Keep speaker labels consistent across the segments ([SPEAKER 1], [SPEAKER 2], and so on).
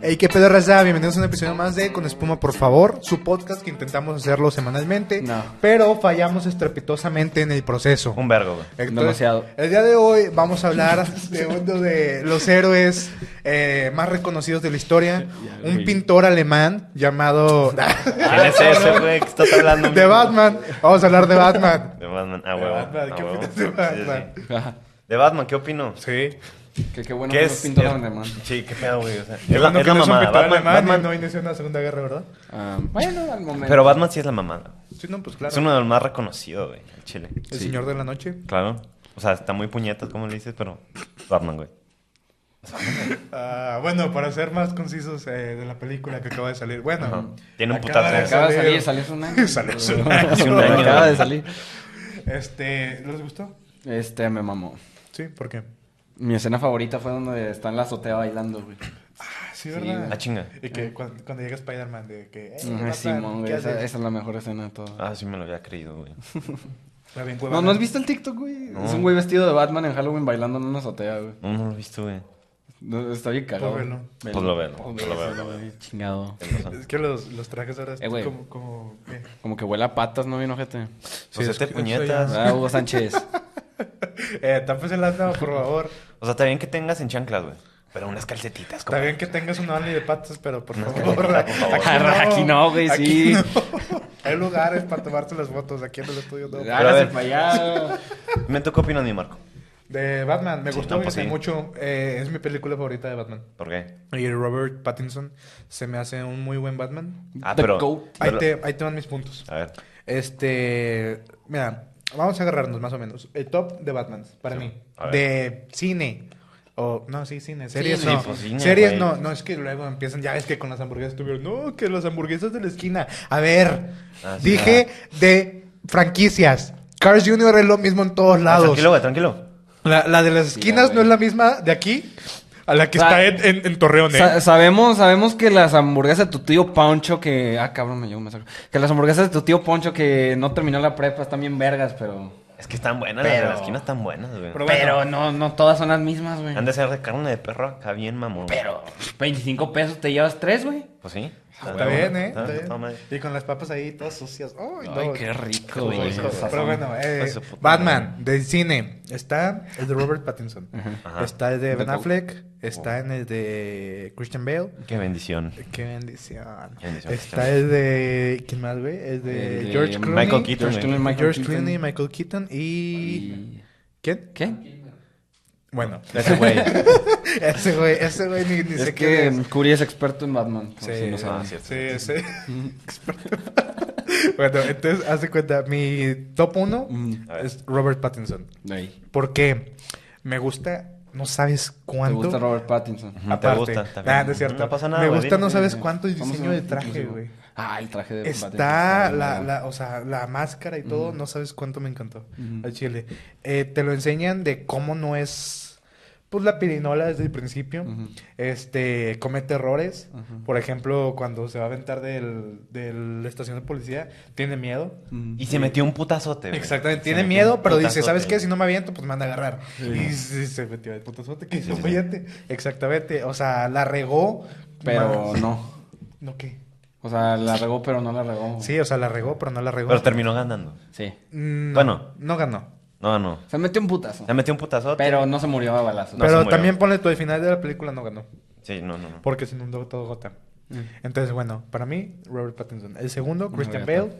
[SPEAKER 1] Hey, qué pedo raza, bienvenidos a un episodio más de Con Espuma, por favor, su podcast que intentamos hacerlo semanalmente,
[SPEAKER 2] No.
[SPEAKER 1] pero fallamos estrepitosamente en el proceso.
[SPEAKER 3] Un vergo, güey.
[SPEAKER 1] Entonces,
[SPEAKER 2] demasiado.
[SPEAKER 1] El día de hoy vamos a hablar de uno de los héroes eh, más reconocidos de la historia,
[SPEAKER 2] Ya,
[SPEAKER 1] un
[SPEAKER 2] güey.
[SPEAKER 1] pintor alemán llamado
[SPEAKER 3] ¿Quién es ese, güey? que estás hablando?
[SPEAKER 1] de Batman. Vamos a hablar de Batman.
[SPEAKER 3] De Batman, ah,
[SPEAKER 1] De
[SPEAKER 3] huevo.
[SPEAKER 1] Batman,
[SPEAKER 3] ah,
[SPEAKER 1] ¿qué
[SPEAKER 3] huevo.
[SPEAKER 1] opinas de
[SPEAKER 3] Sí, sí,
[SPEAKER 1] Batman?
[SPEAKER 3] sí.
[SPEAKER 2] Ajá.
[SPEAKER 3] De Batman, ¿qué opino?
[SPEAKER 1] Sí.
[SPEAKER 2] Que qué bueno
[SPEAKER 3] ¿Qué
[SPEAKER 2] que
[SPEAKER 3] es?
[SPEAKER 2] no pintó la alemán.
[SPEAKER 3] Sí, qué pedo, güey. O sea, es
[SPEAKER 1] Es
[SPEAKER 3] la, es la mamada. Batman, Batman-
[SPEAKER 1] no inició una segunda guerra, ¿verdad?
[SPEAKER 2] Ah, bueno, al momento.
[SPEAKER 3] Pero Batman sí es la mamada.
[SPEAKER 1] Sí, no, pues claro.
[SPEAKER 3] Es uno de los más reconocidos, güey, en Chile.
[SPEAKER 1] El
[SPEAKER 2] Sí.
[SPEAKER 1] señor de la noche.
[SPEAKER 3] Claro. O sea, está muy puñetas, como le dices, pero Batman, güey.
[SPEAKER 1] Ah, bueno, para ser más concisos eh, de la película que acaba de salir. Bueno,
[SPEAKER 3] Ajá. Tiene un
[SPEAKER 1] acaba
[SPEAKER 3] putazo.
[SPEAKER 2] Acaba de salir, salió hace un año.
[SPEAKER 1] Salió hace un año.
[SPEAKER 3] Hace un año.
[SPEAKER 2] Acaba de salir.
[SPEAKER 1] Este, ¿les gustó?
[SPEAKER 2] Este, me mamó.
[SPEAKER 1] Sí, ¿por qué?
[SPEAKER 2] Mi escena favorita fue donde está en la azotea bailando, güey.
[SPEAKER 1] Ah, Sí,
[SPEAKER 2] Sí,
[SPEAKER 1] ¿verdad?
[SPEAKER 2] güey.
[SPEAKER 3] Ah, chinga.
[SPEAKER 1] y que cuando, cuando llega Spider-Man, de que. "Eh,
[SPEAKER 2] Ajá,
[SPEAKER 1] Batman,
[SPEAKER 2] Simón,
[SPEAKER 1] ¿qué
[SPEAKER 2] güey. Esa,
[SPEAKER 1] haces?"
[SPEAKER 2] esa es la mejor escena de todas.
[SPEAKER 3] Ah, sí me lo había creído, güey.
[SPEAKER 1] Está bien,
[SPEAKER 2] No,
[SPEAKER 1] huevona.
[SPEAKER 2] ¿no has visto el TikTok, güey?
[SPEAKER 3] No.
[SPEAKER 2] Es un güey vestido de Batman en Halloween bailando en una azotea, güey.
[SPEAKER 3] No, no lo he visto, güey.
[SPEAKER 2] No, Está bien cagado.
[SPEAKER 1] Pues velo.
[SPEAKER 2] Velo.
[SPEAKER 3] Pues lo veo, pues lo veo,
[SPEAKER 2] sí,
[SPEAKER 3] lo
[SPEAKER 2] güey, Chingado.
[SPEAKER 3] Tienes razón.
[SPEAKER 1] Es que los, los trajes ahora están
[SPEAKER 2] Eh, güey.
[SPEAKER 1] como. como ¿qué?
[SPEAKER 2] Como que huele a patas, ¿no? Bien ojete.
[SPEAKER 3] Pues
[SPEAKER 1] es
[SPEAKER 3] este
[SPEAKER 1] que-
[SPEAKER 3] puñetas.
[SPEAKER 2] Ah, Hugo Sánchez.
[SPEAKER 1] Eh, tápese el asno, por favor.
[SPEAKER 3] O sea, está bien que tengas en chanclas, güey. Pero unas calcetitas,
[SPEAKER 1] Está
[SPEAKER 3] como.
[SPEAKER 1] bien que tengas un only de patas, pero por favor.
[SPEAKER 3] por favor.
[SPEAKER 2] Aquí no, güey, sí.
[SPEAKER 1] no. Hay lugares para tomarte las fotos. Aquí en el estudio no.
[SPEAKER 3] a
[SPEAKER 2] Hágase
[SPEAKER 3] ver.
[SPEAKER 2] para allá.
[SPEAKER 3] ¿Me tocó opinas de Marco?
[SPEAKER 1] De Batman, me
[SPEAKER 3] Sí,
[SPEAKER 1] gustó
[SPEAKER 3] no, pues
[SPEAKER 1] fíjate,
[SPEAKER 3] sí.
[SPEAKER 1] mucho. eh, es mi película favorita de Batman.
[SPEAKER 3] ¿Por qué?
[SPEAKER 1] Y Robert Pattinson se me hace un muy buen Batman.
[SPEAKER 3] Ah,
[SPEAKER 2] The
[SPEAKER 3] pero.
[SPEAKER 2] goat.
[SPEAKER 1] Ahí
[SPEAKER 3] pero-
[SPEAKER 1] te, ahí te van mis puntos.
[SPEAKER 3] A ver.
[SPEAKER 1] Este. Mira, vamos a agarrarnos más o menos. El top de Batman, para mí.
[SPEAKER 3] a ver.
[SPEAKER 1] De cine. O, no, sí, cine. Series
[SPEAKER 2] Cine.
[SPEAKER 1] no.
[SPEAKER 3] Sí, pues, cine,
[SPEAKER 1] series
[SPEAKER 3] güey.
[SPEAKER 1] no. No, es que luego empiezan. Ya es que con las hamburguesas tuvieron. No, que las hamburguesas de la esquina. A ver.
[SPEAKER 3] Ah, sí,
[SPEAKER 1] dije de franquicias. Cars Jr. es lo mismo en todos
[SPEAKER 3] Ah,
[SPEAKER 1] lados.
[SPEAKER 3] tranquilo, güey, tranquilo.
[SPEAKER 1] La, la de las esquinas
[SPEAKER 2] güey.
[SPEAKER 1] no es la misma de aquí a la que
[SPEAKER 2] O sea,
[SPEAKER 1] está en, en, en Torreón, ¿eh?
[SPEAKER 2] Sa- sabemos, sabemos que las hamburguesas de tu tío Poncho que. Ah, cabrón, me llevo un mensaje. Que las hamburguesas de tu tío Poncho que no terminó la prepa están bien vergas, pero.
[SPEAKER 3] Es que están buenas, las de
[SPEAKER 2] Pero-
[SPEAKER 3] la esquina están buenas, güey.
[SPEAKER 1] Pero
[SPEAKER 2] Pero,
[SPEAKER 1] bueno.
[SPEAKER 2] no, no todas son las mismas, güey.
[SPEAKER 3] Han de ser de carne de perro acá bien mamón.
[SPEAKER 2] Pero 25 pesos te llevas tres, güey.
[SPEAKER 3] Pues sí.
[SPEAKER 1] Está bien, ¿eh?
[SPEAKER 3] Está
[SPEAKER 1] Está bien.
[SPEAKER 3] está madre.
[SPEAKER 1] Y con las papas ahí todas sucias. Ay,
[SPEAKER 2] Ay,
[SPEAKER 1] no.
[SPEAKER 2] qué rico,
[SPEAKER 1] Qué
[SPEAKER 2] güey.
[SPEAKER 1] rico.
[SPEAKER 2] Sazón.
[SPEAKER 1] Pero bueno, eh,
[SPEAKER 3] Pues su puta
[SPEAKER 1] Batman, del cine. Está el de Robert Pattinson.
[SPEAKER 3] Ajá.
[SPEAKER 1] Está el de
[SPEAKER 2] The
[SPEAKER 1] Ben
[SPEAKER 2] Pope.
[SPEAKER 3] Oh.
[SPEAKER 1] Affleck. Está en el de Christian Bale.
[SPEAKER 3] Qué bendición.
[SPEAKER 1] Qué bendición.
[SPEAKER 3] Qué bendición,
[SPEAKER 1] Está
[SPEAKER 3] Christian.
[SPEAKER 1] el de. ¿Quién más, güey? El de
[SPEAKER 2] El de
[SPEAKER 1] George Clooney.
[SPEAKER 3] Michael Keaton.
[SPEAKER 2] Eh, George Clooney, Michael
[SPEAKER 1] George
[SPEAKER 2] Keaton.
[SPEAKER 1] Clooney, Michael Keaton y.
[SPEAKER 2] Y-
[SPEAKER 1] ¿Quién?
[SPEAKER 2] ¿Qué?
[SPEAKER 1] Bueno,
[SPEAKER 3] Ese güey.
[SPEAKER 1] ese güey, ese güey ni, ni sé
[SPEAKER 2] Es
[SPEAKER 1] quién
[SPEAKER 2] que Curie es experto en Batman. por si
[SPEAKER 1] Sí,
[SPEAKER 2] no
[SPEAKER 1] sí,
[SPEAKER 2] saben. Mm,
[SPEAKER 3] ah, cierto.
[SPEAKER 1] sí, sí. bueno, entonces, haz de cuenta, mi top 1
[SPEAKER 2] Mm.
[SPEAKER 3] A ver.
[SPEAKER 1] es Robert Pattinson.
[SPEAKER 2] Ahí.
[SPEAKER 1] Porque me gusta, no sabes
[SPEAKER 2] ¿Te
[SPEAKER 1] cuánto.
[SPEAKER 2] gusta Robert Pattinson?
[SPEAKER 3] Te
[SPEAKER 1] Aparte,
[SPEAKER 3] gusta, está
[SPEAKER 1] Nah,
[SPEAKER 3] bien.
[SPEAKER 1] no es cierto.
[SPEAKER 3] No pasa nada,
[SPEAKER 1] Me
[SPEAKER 3] güey,
[SPEAKER 1] gusta,
[SPEAKER 3] dime,
[SPEAKER 1] no
[SPEAKER 3] dime,
[SPEAKER 1] sabes
[SPEAKER 2] dime.
[SPEAKER 1] cuánto el
[SPEAKER 2] Eh, Vamos a
[SPEAKER 1] diseño
[SPEAKER 2] un
[SPEAKER 1] de traje,
[SPEAKER 2] inclusivo.
[SPEAKER 1] güey.
[SPEAKER 2] Ah, el traje de Batman
[SPEAKER 1] Está
[SPEAKER 2] bien
[SPEAKER 1] la,
[SPEAKER 2] verga.
[SPEAKER 1] la, o sea, la máscara y todo,
[SPEAKER 3] Mm.
[SPEAKER 1] no sabes cuánto me encantó
[SPEAKER 2] Ujú.
[SPEAKER 1] al chile. Eh, te lo enseñan de cómo no es, pues la pirinola desde el principio.
[SPEAKER 2] Ujú.
[SPEAKER 1] Este, comete errores.
[SPEAKER 2] Ujú.
[SPEAKER 1] Por ejemplo, cuando se va a aventar del, de la estación de policía, tiene miedo.
[SPEAKER 2] Mm.
[SPEAKER 3] Y se metió un putazote. güey.
[SPEAKER 1] Exactamente,
[SPEAKER 3] Se
[SPEAKER 1] tiene
[SPEAKER 3] metió
[SPEAKER 1] miedo,
[SPEAKER 3] un
[SPEAKER 1] pero dice,
[SPEAKER 3] putazote.
[SPEAKER 1] ¿sabes qué? Si no me aviento, pues me van a agarrar.
[SPEAKER 2] Sí.
[SPEAKER 1] Y se, se metió el putazote que
[SPEAKER 3] Sí,
[SPEAKER 1] hizo,
[SPEAKER 3] sí, sí.
[SPEAKER 1] fíjate. Exactamente, o sea, la regó.
[SPEAKER 2] Pero
[SPEAKER 1] más-
[SPEAKER 2] no.
[SPEAKER 1] ¿No qué?
[SPEAKER 2] O sea, la regó, pero no la regó.
[SPEAKER 1] Sí, o sea, la regó, pero no la regó.
[SPEAKER 3] Pero terminó ganando.
[SPEAKER 2] Sí.
[SPEAKER 1] Mm, no,
[SPEAKER 3] Bueno.
[SPEAKER 1] No ganó.
[SPEAKER 3] No, no.
[SPEAKER 2] Se metió un putazo.
[SPEAKER 3] Se metió un putazote.
[SPEAKER 2] Pero no se murió a balazos.
[SPEAKER 3] No, se
[SPEAKER 1] pero
[SPEAKER 3] murió.
[SPEAKER 1] también ponle tú, al final de la película no ganó.
[SPEAKER 3] Sí, no, no, no.
[SPEAKER 1] Porque se inundó todo Gotham.
[SPEAKER 2] Mm.
[SPEAKER 1] Entonces, bueno, para mí, Robert Pattinson. El segundo,
[SPEAKER 2] Una
[SPEAKER 1] Christian
[SPEAKER 2] riata.
[SPEAKER 1] Bale.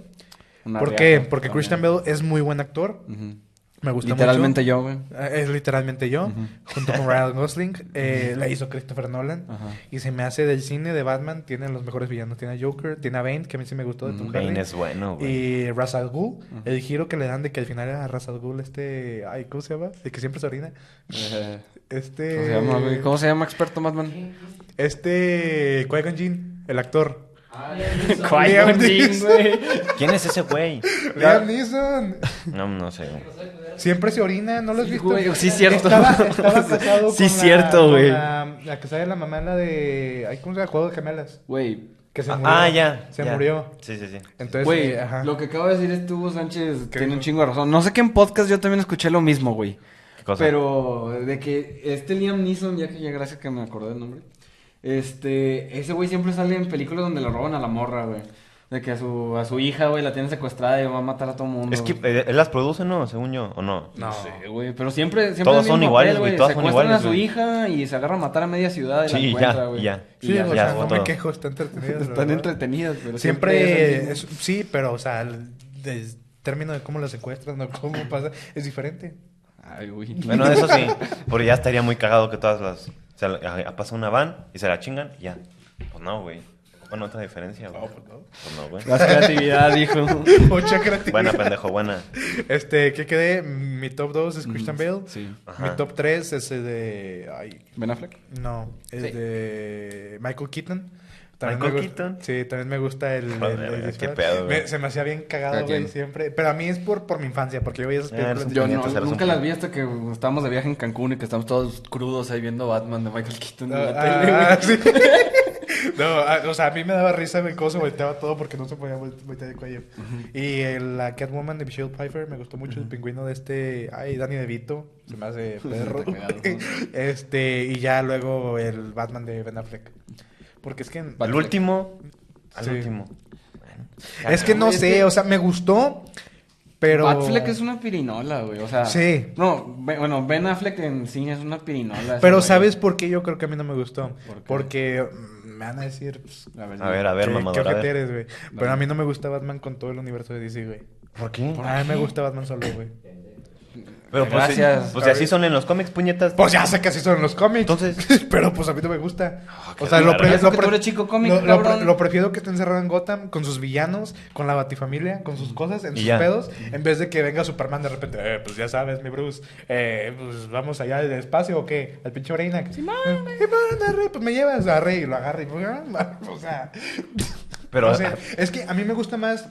[SPEAKER 2] Una
[SPEAKER 1] ¿Por
[SPEAKER 2] riata
[SPEAKER 1] qué? Porque
[SPEAKER 2] también.
[SPEAKER 1] Christian Bale es muy buen actor.
[SPEAKER 2] Ujú.
[SPEAKER 1] Me gusta
[SPEAKER 2] Literalmente
[SPEAKER 1] mucho.
[SPEAKER 2] yo, güey.
[SPEAKER 1] Eh, Es literalmente yo,
[SPEAKER 2] Ujú.
[SPEAKER 1] junto con Ryan Gosling. Eh, la hizo Christopher Nolan.
[SPEAKER 2] Ajá.
[SPEAKER 1] Y se me hace del cine de Batman. Tiene a los mejores villanos. Tiene a Joker, tiene a Bane, que a mí sí me gustó de Tom
[SPEAKER 2] Mm,
[SPEAKER 1] Hardy.
[SPEAKER 3] Bane es bueno, güey.
[SPEAKER 1] Y Ra's al Ghul, el giro que le dan de que al final era Ra's al Ghul este... Ay, ¿cómo se llama? El que siempre se orina.
[SPEAKER 2] Eh,
[SPEAKER 1] Este...
[SPEAKER 2] ¿Cómo se llama, güey? ¿Cómo se llama experto Batman?
[SPEAKER 1] Este... Qui-Gon Jinn, el actor.
[SPEAKER 2] Qui-Gon Jinn, güey.
[SPEAKER 3] ¿Quién es ese güey?
[SPEAKER 1] Liam Neeson.
[SPEAKER 3] No, no sé. güey.
[SPEAKER 1] Siempre se orina, ¿no lo has
[SPEAKER 2] Sí,
[SPEAKER 1] visto?
[SPEAKER 2] güey, sí, cierto.
[SPEAKER 1] Estaba, estaba casado
[SPEAKER 2] Sí,
[SPEAKER 1] con
[SPEAKER 2] cierto,
[SPEAKER 1] la,
[SPEAKER 2] güey.
[SPEAKER 1] con la, la que sale la mamá, la de... Ay, ¿Cómo se llama? Juego de gemelas.
[SPEAKER 2] Güey,
[SPEAKER 1] Que se
[SPEAKER 3] Ah,
[SPEAKER 1] murió.
[SPEAKER 3] Ah, ya.
[SPEAKER 1] Se
[SPEAKER 3] ya.
[SPEAKER 1] murió.
[SPEAKER 3] Sí, sí, sí.
[SPEAKER 1] Entonces,
[SPEAKER 2] Güey,
[SPEAKER 1] eh, ajá.
[SPEAKER 2] lo que acaba de decir este Hugo Sánchez
[SPEAKER 1] ¿Qué
[SPEAKER 2] tiene un
[SPEAKER 1] dijo?
[SPEAKER 2] chingo de razón. No sé qué en podcast yo también escuché lo mismo, güey.
[SPEAKER 3] cosa.
[SPEAKER 2] Pero de que este Liam Neeson, ya que ya gracias que me acordé del nombre. Este, ese güey siempre sale en películas donde le roban a la morra, güey. De que a su, a su hija, güey, la tienen secuestrada y va a matar a todo mundo.
[SPEAKER 3] Es que
[SPEAKER 2] güey.
[SPEAKER 3] eh, él las produce, ¿no? Según yo, ¿o no?
[SPEAKER 1] No.
[SPEAKER 2] Sí, güey, pero siempre, siempre
[SPEAKER 3] Todas
[SPEAKER 2] el mismo
[SPEAKER 3] son iguales, güey, todas son
[SPEAKER 2] Secuestran
[SPEAKER 3] iguales,
[SPEAKER 2] a su
[SPEAKER 3] güey.
[SPEAKER 2] hija y se agarra a matar a media ciudad y la
[SPEAKER 3] Sí, ya,
[SPEAKER 2] encuentra, güey.
[SPEAKER 3] ya.
[SPEAKER 2] Y
[SPEAKER 1] Sí,
[SPEAKER 2] ya,
[SPEAKER 1] o
[SPEAKER 2] ya,
[SPEAKER 1] sea,
[SPEAKER 3] fue
[SPEAKER 1] no
[SPEAKER 3] todo.
[SPEAKER 1] me quejo, está entretenido.
[SPEAKER 2] Están entretenidas, pero
[SPEAKER 1] Siempre,
[SPEAKER 2] es el
[SPEAKER 1] es- sí, pero, o sea, el el término de cómo la secuestran o cómo pasa es diferente.
[SPEAKER 2] mismo. Ay, güey.
[SPEAKER 3] Bueno, eso sí. Porque ya estaría muy cagado que todas las. O sea, la- pasa una van y se la chingan y ya. Pues no, güey. Bueno, otra diferencia, güey.
[SPEAKER 1] pues no.
[SPEAKER 3] Pues no, güey.
[SPEAKER 2] Más creatividad, hijo.
[SPEAKER 1] Mucha creatividad.
[SPEAKER 3] Buena, pendejo, buena.
[SPEAKER 1] Este, ¿qué quedé? Mi top 2 es Christian
[SPEAKER 2] Mm,
[SPEAKER 1] Bale.
[SPEAKER 2] sí.
[SPEAKER 3] Ajá.
[SPEAKER 1] Mi top 3 es el de. Ay,
[SPEAKER 2] Ben Affleck.
[SPEAKER 1] no, es
[SPEAKER 2] Sí.
[SPEAKER 1] de Michael Keaton.
[SPEAKER 3] Michael
[SPEAKER 1] me gus-
[SPEAKER 3] Keaton.
[SPEAKER 1] Sí, también me gusta el. el-
[SPEAKER 3] Joder,
[SPEAKER 1] el
[SPEAKER 3] qué
[SPEAKER 1] disfraz.
[SPEAKER 3] pedo, güey.
[SPEAKER 1] Me- se me hacía bien
[SPEAKER 2] ¿A
[SPEAKER 1] cagado,
[SPEAKER 2] quién?
[SPEAKER 1] güey, siempre. Pero a mí es por, por mi infancia, porque yo veía esas
[SPEAKER 3] Ah, eres
[SPEAKER 1] películas.
[SPEAKER 3] un
[SPEAKER 1] de
[SPEAKER 2] Yo no,
[SPEAKER 3] Puñetas, eres un
[SPEAKER 2] nunca las
[SPEAKER 3] puñet.
[SPEAKER 2] vi hasta que estábamos de viaje en Cancún y que estamos todos crudos ahí viendo Batman de Michael Keaton en la tele, güey.
[SPEAKER 1] Ah, ah, sí. No, ah, o sea, a mí me daba risa, güey, cómo se volteaba todo porque no se podía vol- voltear el cuello. Y eh, la Catwoman de Michelle Pfeiffer me gustó mucho. El pingüino de este, ay, Danny DeVito, se me hace perro.
[SPEAKER 2] Está cagado, ¿no?
[SPEAKER 1] este, y ya luego el Batman de Ben Affleck. Porque es que.
[SPEAKER 2] Batman.
[SPEAKER 3] Al último. Al
[SPEAKER 1] Sí.
[SPEAKER 3] último.
[SPEAKER 1] Es que no
[SPEAKER 2] Es que-
[SPEAKER 1] sé, o sea, me gustó, pero.
[SPEAKER 2] Batfleck es una pirinola, güey. O sea.
[SPEAKER 1] Sí.
[SPEAKER 2] No, Be- bueno, Ben Affleck en sí es una pirinola. ese
[SPEAKER 1] Pero
[SPEAKER 2] güey.
[SPEAKER 1] ¿sabes por qué yo creo que a mí no me gustó?
[SPEAKER 2] ¿Por qué?
[SPEAKER 1] Porque mm, me van a decir... pues,
[SPEAKER 2] A ver,
[SPEAKER 3] A ver, a ver,
[SPEAKER 1] ¿Qué-
[SPEAKER 3] mamador,
[SPEAKER 1] qué
[SPEAKER 3] a ver.
[SPEAKER 1] ojete eres, güey. Pero a mí no me gusta Batman con todo el universo de DC, güey.
[SPEAKER 3] ¿Por qué?
[SPEAKER 1] A mí me gusta Batman solo, güey.
[SPEAKER 3] Pero pues,
[SPEAKER 2] Gracias.
[SPEAKER 3] sí, Pues,
[SPEAKER 1] A
[SPEAKER 3] si así
[SPEAKER 1] ver.
[SPEAKER 3] son en los cómics, puñetas.
[SPEAKER 1] Pues ya sé que así son los cómics.
[SPEAKER 3] Entonces-
[SPEAKER 1] pero pues a mí no me gusta.
[SPEAKER 3] Ah, qué
[SPEAKER 1] o sea, lo,
[SPEAKER 3] raro.
[SPEAKER 1] pre-
[SPEAKER 2] Eso
[SPEAKER 1] lo
[SPEAKER 2] que
[SPEAKER 1] pre-
[SPEAKER 2] tú eres chico cómic,
[SPEAKER 1] lo- lo,
[SPEAKER 2] cabrón.
[SPEAKER 1] lo prefiero que esté encerrado en Gotham con sus villanos, con la batifamilia, con sus cosas, en
[SPEAKER 3] Mm. Y
[SPEAKER 1] sus
[SPEAKER 3] ya. Mm.
[SPEAKER 1] pedos, en vez de que venga Superman de repente, "Eh, pues ya sabes, mi Bruce, eh, pues vamos allá al espacio o qué, al pinche Eh, Reina. Simón, arre, pues me llevas a Rey y lo agarra y pues, ah, o sea,
[SPEAKER 3] Pero- ah,
[SPEAKER 1] no sé. es que a mí me gusta más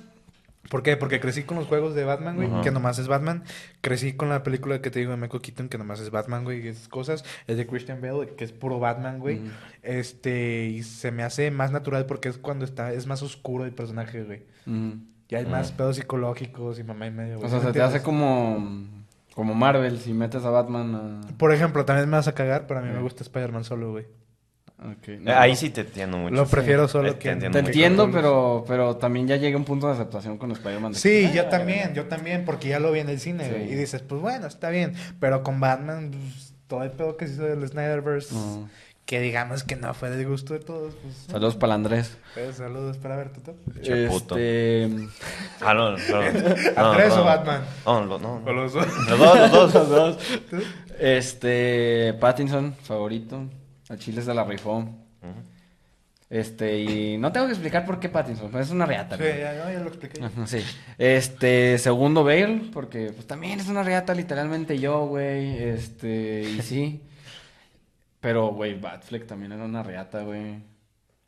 [SPEAKER 1] ¿Por qué? Porque crecí con los juegos de Batman, güey,
[SPEAKER 3] Ajá.
[SPEAKER 1] que nomás es Batman. Crecí con la película que te digo de Michael Keaton, que nomás es Batman, güey, y esas cosas. Es de Christian Bale, que es puro Batman, güey.
[SPEAKER 2] Ujú.
[SPEAKER 1] Este, y se me hace más natural porque es cuando está, es más oscuro el personaje, güey.
[SPEAKER 2] Mm.
[SPEAKER 1] Y hay más
[SPEAKER 3] Ujú.
[SPEAKER 1] pedos psicológicos y mamá y medio, güey.
[SPEAKER 2] O sea,
[SPEAKER 1] ¿me
[SPEAKER 2] se te hace
[SPEAKER 1] entiendes?
[SPEAKER 2] como. Como Marvel si metes a Batman
[SPEAKER 1] Por ejemplo, también me vas a cagar, pero a mí me
[SPEAKER 2] Ujú.
[SPEAKER 1] gusta Spider-Man solo, güey.
[SPEAKER 2] a. Ok,
[SPEAKER 3] Eh,
[SPEAKER 2] no.
[SPEAKER 3] Ahí sí te entiendo mucho.
[SPEAKER 1] Lo prefiero
[SPEAKER 3] Eh,
[SPEAKER 1] solo
[SPEAKER 3] te
[SPEAKER 1] que...
[SPEAKER 3] entiendo
[SPEAKER 2] Te
[SPEAKER 1] que
[SPEAKER 2] entiendo,
[SPEAKER 1] con todos.
[SPEAKER 2] pero, pero también ya llega un punto de aceptación con Spider-Man. de que,
[SPEAKER 1] Sí,
[SPEAKER 2] "Ay,
[SPEAKER 1] yo
[SPEAKER 2] vale,
[SPEAKER 1] también, yo también, porque ya lo vi en el cine,
[SPEAKER 2] Sí.
[SPEAKER 1] güey. Y dices, pues bueno, está bien. Pero con Batman, pues, todo el pedo que se hizo del Snyderverse,
[SPEAKER 2] Ujú.
[SPEAKER 1] que digamos que no fue del gusto de todos, pues.
[SPEAKER 2] Saludos para el Andrés.
[SPEAKER 1] pues, saludos para ver tu top.
[SPEAKER 3] Che puto.
[SPEAKER 2] Este.
[SPEAKER 3] Ah, no, no.
[SPEAKER 1] ¿Andrés o Batman?
[SPEAKER 3] No, no, no.
[SPEAKER 1] O los dos.
[SPEAKER 3] Los dos, los dos.
[SPEAKER 2] Los dos. Este. Pattinson, favorito. A Chile se la rifó.
[SPEAKER 3] Ujú.
[SPEAKER 2] Este, y no tengo que explicar por qué Pattinson, pues es una reata.
[SPEAKER 1] Sí,
[SPEAKER 2] güey.
[SPEAKER 1] ya, no, ya lo expliqué.
[SPEAKER 2] Ajá, Sí. Este, segundo Bale, porque pues también es una reata literalmente yo, güey. Este, y sí. Pero, güey, Batfleck también era una reata, güey.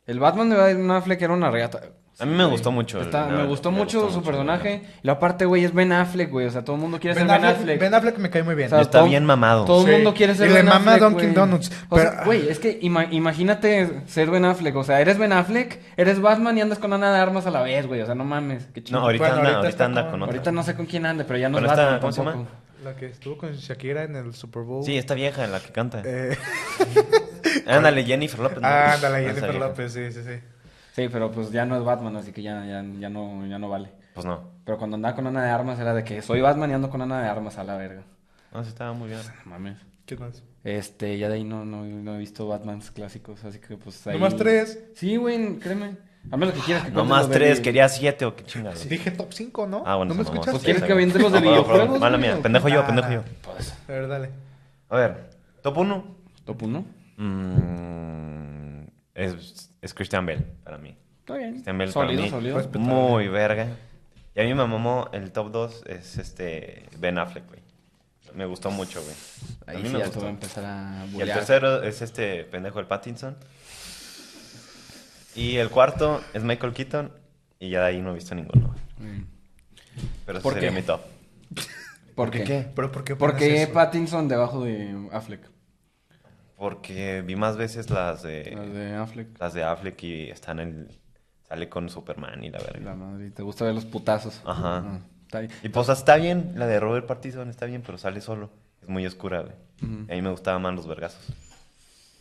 [SPEAKER 2] El Batman de Ben Affleck era una reata.
[SPEAKER 3] A mí me gustó mucho. el-
[SPEAKER 2] Está- me
[SPEAKER 3] no,
[SPEAKER 2] gustó mucho su personaje.
[SPEAKER 3] no.
[SPEAKER 2] Y la parte, güey, es Ben Affleck, güey. O sea, todo el mundo quiere
[SPEAKER 1] Ben,
[SPEAKER 2] ser Ben
[SPEAKER 1] Affleck,
[SPEAKER 2] Affleck.
[SPEAKER 1] Ben Affleck me cae muy bien.
[SPEAKER 2] O sea,
[SPEAKER 3] Está
[SPEAKER 2] todo-
[SPEAKER 3] bien mamado.
[SPEAKER 2] Todo
[SPEAKER 1] Sí.
[SPEAKER 2] el mundo quiere ser
[SPEAKER 1] Y le
[SPEAKER 2] Ben
[SPEAKER 1] mama
[SPEAKER 2] Affleck,
[SPEAKER 1] Dunkin'
[SPEAKER 2] güey.
[SPEAKER 1] Donuts,
[SPEAKER 2] O sea,
[SPEAKER 1] pero- ah.
[SPEAKER 2] güey, es que ima- imagínate ser Ben Affleck. O sea, eres Ben Affleck, eres Batman y andas con Ana de Armas a la vez, güey. O sea, no mames. Qué chido.
[SPEAKER 3] No, ahorita
[SPEAKER 1] Bueno,
[SPEAKER 3] anda,
[SPEAKER 1] ahorita está
[SPEAKER 3] ahorita anda
[SPEAKER 1] con-
[SPEAKER 3] con otra.
[SPEAKER 2] Ahorita no sé con quién anda, pero ya no es
[SPEAKER 3] Pero esta-
[SPEAKER 2] Batman
[SPEAKER 3] ¿cómo se
[SPEAKER 2] tampoco.
[SPEAKER 3] llama?
[SPEAKER 1] La que estuvo con Shakira en el Super Bowl.
[SPEAKER 3] Sí, esta vieja la que canta.
[SPEAKER 1] Eh, ah,
[SPEAKER 3] Ándale, Jennifer López. ¿no? Ah,
[SPEAKER 1] ándale,
[SPEAKER 3] Esa
[SPEAKER 1] Jennifer
[SPEAKER 3] vieja.
[SPEAKER 1] López, sí, sí, sí.
[SPEAKER 2] Sí, pero pues ya no es Batman, así que ya, ya, ya no, ya no vale.
[SPEAKER 3] Pues no.
[SPEAKER 2] Pero cuando andaba con Ana de Armas era de que soy Batman y ando con Ana de Armas a la verga.
[SPEAKER 3] No, sí, estaba muy bien.
[SPEAKER 2] No mames.
[SPEAKER 1] ¿Qué más?
[SPEAKER 2] Este, ya de ahí no, no, no he visto Batmans clásicos, así que pues ahí...
[SPEAKER 1] Nomás tres.
[SPEAKER 2] Sí, güey, créeme. A menos que quieras que cuente
[SPEAKER 3] Nomás
[SPEAKER 2] los de-
[SPEAKER 3] tres, quería siete o qué chingados.
[SPEAKER 1] Dije top 5, ¿no?
[SPEAKER 3] Ah, bueno,
[SPEAKER 1] ¿No me
[SPEAKER 3] se mamó.
[SPEAKER 1] escuchaste?
[SPEAKER 2] Pues, ¿quieres
[SPEAKER 3] Sí,
[SPEAKER 2] que
[SPEAKER 3] sí,
[SPEAKER 2] aviente
[SPEAKER 3] sí.
[SPEAKER 2] los de
[SPEAKER 3] No, perdón, perdón,
[SPEAKER 2] videojuegos,
[SPEAKER 3] Mala
[SPEAKER 2] güey,
[SPEAKER 3] mía,
[SPEAKER 2] o
[SPEAKER 3] pendejo yo,
[SPEAKER 1] Ah.
[SPEAKER 3] pendejo yo.
[SPEAKER 2] Pues,
[SPEAKER 1] A ver, dale.
[SPEAKER 3] A ver, top uno.
[SPEAKER 2] top uno.
[SPEAKER 3] Mm, es, es Christian Bell para mí.
[SPEAKER 2] Está bien.
[SPEAKER 3] Christian Bell
[SPEAKER 2] Sólido,
[SPEAKER 3] para mí.
[SPEAKER 2] sólido.
[SPEAKER 1] Respeto.
[SPEAKER 3] Muy verga. Y a mí me mamó el top 2 es este Ben Affleck, güey. Me gustó mucho, güey. A
[SPEAKER 2] Ahí
[SPEAKER 3] mí
[SPEAKER 2] sí
[SPEAKER 3] me
[SPEAKER 2] ya te voy a
[SPEAKER 3] gustó.
[SPEAKER 2] empezar a
[SPEAKER 3] Y el
[SPEAKER 2] bullear.
[SPEAKER 3] tercero es este pendejo el Pattinson. Y el cuarto es Michael Keaton. Y ya de ahí no he visto ninguno. güey.
[SPEAKER 2] Mm.
[SPEAKER 3] Pero ese
[SPEAKER 2] ¿Por
[SPEAKER 3] sería
[SPEAKER 2] qué?
[SPEAKER 3] mi top.
[SPEAKER 2] ¿Por qué?
[SPEAKER 1] ¿Pero por qué
[SPEAKER 2] ¿Por
[SPEAKER 1] pones
[SPEAKER 2] qué
[SPEAKER 1] eso?
[SPEAKER 2] Pattinson debajo de Affleck?
[SPEAKER 3] Porque vi más veces las
[SPEAKER 2] Las
[SPEAKER 3] de
[SPEAKER 2] de Affleck.
[SPEAKER 3] las de Affleck y están en sale con Superman y la
[SPEAKER 2] Ay, La
[SPEAKER 3] verga.
[SPEAKER 2] madre, y te gusta ver los putazos.
[SPEAKER 3] Ajá.
[SPEAKER 2] Ah, está bien.
[SPEAKER 3] Y pues está bien, la de Robert Pattinson está bien, pero sale solo. Es muy oscura, güey.
[SPEAKER 2] Mm.
[SPEAKER 3] Y a mí me gustaban más los vergazos.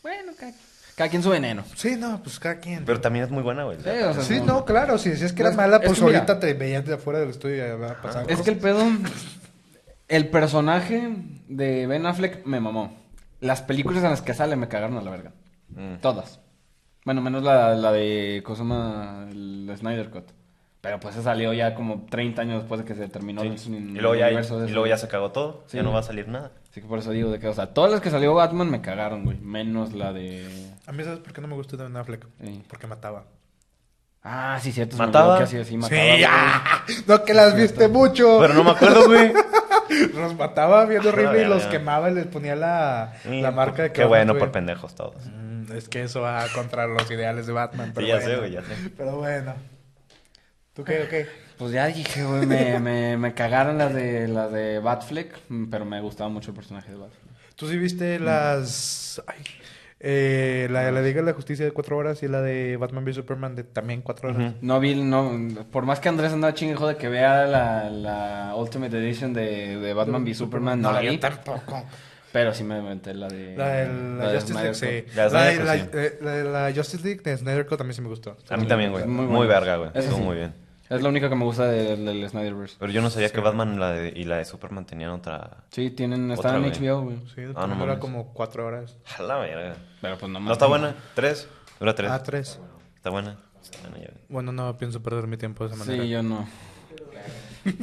[SPEAKER 2] Bueno, cada, cada quien su veneno.
[SPEAKER 1] Sí, no, pues cada quien.
[SPEAKER 3] Pero también es muy buena, güey. O sea,
[SPEAKER 2] Sí, o sea,
[SPEAKER 1] Sí, no, claro, si decías que
[SPEAKER 2] No,
[SPEAKER 1] era
[SPEAKER 2] es-
[SPEAKER 1] mala,
[SPEAKER 2] es
[SPEAKER 1] pues
[SPEAKER 2] que mira.
[SPEAKER 1] ahorita te veías de afuera del estudio y ya va a pasar.
[SPEAKER 2] Es que el pedo. El personaje de Ben Affleck me mamó. Las películas en las que sale me cagaron a la verga.
[SPEAKER 3] mm.
[SPEAKER 2] Todas. Bueno, menos la, la de Cosuma, el Snyder Cut. Pero pues se salió ya como 30 años después de que se terminó el,
[SPEAKER 3] Sí. Y luego, ya, y
[SPEAKER 2] universo de eso.
[SPEAKER 3] luego ya se cagó todo.
[SPEAKER 2] Sí.
[SPEAKER 3] Ya no va a salir nada.
[SPEAKER 2] Así que por eso digo de que, o sea, todas las que salió Batman me cagaron, güey. Menos la de.
[SPEAKER 1] A mí, ¿sabes por qué no me gusta Ben Affleck?
[SPEAKER 2] Sí.
[SPEAKER 1] Porque mataba.
[SPEAKER 2] Ah, sí, cierto. se me
[SPEAKER 3] ¿Mataba?
[SPEAKER 2] olvidó que hacía así, mataba, güey.
[SPEAKER 1] ah, No, que las viste
[SPEAKER 2] Oh.
[SPEAKER 1] mucho.
[SPEAKER 3] Pero no me acuerdo, güey.
[SPEAKER 1] Los mataba bien horrible y
[SPEAKER 3] verga.
[SPEAKER 1] los quemaba y les ponía la, la marca de ah,
[SPEAKER 3] Qué bueno por
[SPEAKER 1] pendejo.
[SPEAKER 3] pendejos todos.
[SPEAKER 1] Mm, Es que eso va contra los ideales de Batman. Pero
[SPEAKER 3] Sí, ya
[SPEAKER 1] bueno.
[SPEAKER 3] sé, güey, ya sé.
[SPEAKER 1] Pero bueno. ¿Tú qué, o qué?
[SPEAKER 2] Pues ya dije, güey, me, me, me cagaron las de, las de Batfleck, pero me gustaba mucho el personaje de Batfleck.
[SPEAKER 1] ¿Tú sí viste las. Ay, eh, la de la Liga de la Justicia de cuatro horas y la de Batman v Superman de también cuatro horas?
[SPEAKER 2] No vi, no, por más que Andrés andaba chingue de que vea la, la Ultimate Edition de, de Batman v Superman, no la
[SPEAKER 1] yo
[SPEAKER 2] vi,
[SPEAKER 1] tampoco.
[SPEAKER 2] pero sí me inventé la de...
[SPEAKER 1] La de la,
[SPEAKER 2] de
[SPEAKER 1] Justice League,
[SPEAKER 2] Snyder
[SPEAKER 1] sí.
[SPEAKER 2] Cut.
[SPEAKER 3] La de
[SPEAKER 1] La de
[SPEAKER 3] Snyder
[SPEAKER 1] la,
[SPEAKER 3] Cut,
[SPEAKER 1] eh, la de la Justice League de Snyder Cut también sí me gustó.
[SPEAKER 3] A mí también, güey.
[SPEAKER 2] Es
[SPEAKER 3] Muy,
[SPEAKER 2] muy bueno.
[SPEAKER 3] verga, güey.
[SPEAKER 2] Eso
[SPEAKER 3] Estuvo
[SPEAKER 2] sí.
[SPEAKER 3] muy bien.
[SPEAKER 2] Es la única que me gusta del, del Snyderverse.
[SPEAKER 3] Pero yo no sabía que Batman la de- y la de Superman tenían otra.
[SPEAKER 2] Sí, tienen, están
[SPEAKER 3] Otra,
[SPEAKER 2] en
[SPEAKER 3] güey.
[SPEAKER 2] HBO, güey.
[SPEAKER 1] Sí,
[SPEAKER 3] Ah, no
[SPEAKER 1] dura
[SPEAKER 3] mames.
[SPEAKER 1] como cuatro horas.
[SPEAKER 3] A la verga.
[SPEAKER 2] Pero pues no
[SPEAKER 3] ¿No está buena? ¿Tres? Dura tres.
[SPEAKER 1] Ah, tres.
[SPEAKER 3] ¿Está buena? Está buena, ya.
[SPEAKER 1] Bueno, no pienso perder mi tiempo de esa manera.
[SPEAKER 2] Sí, yo no.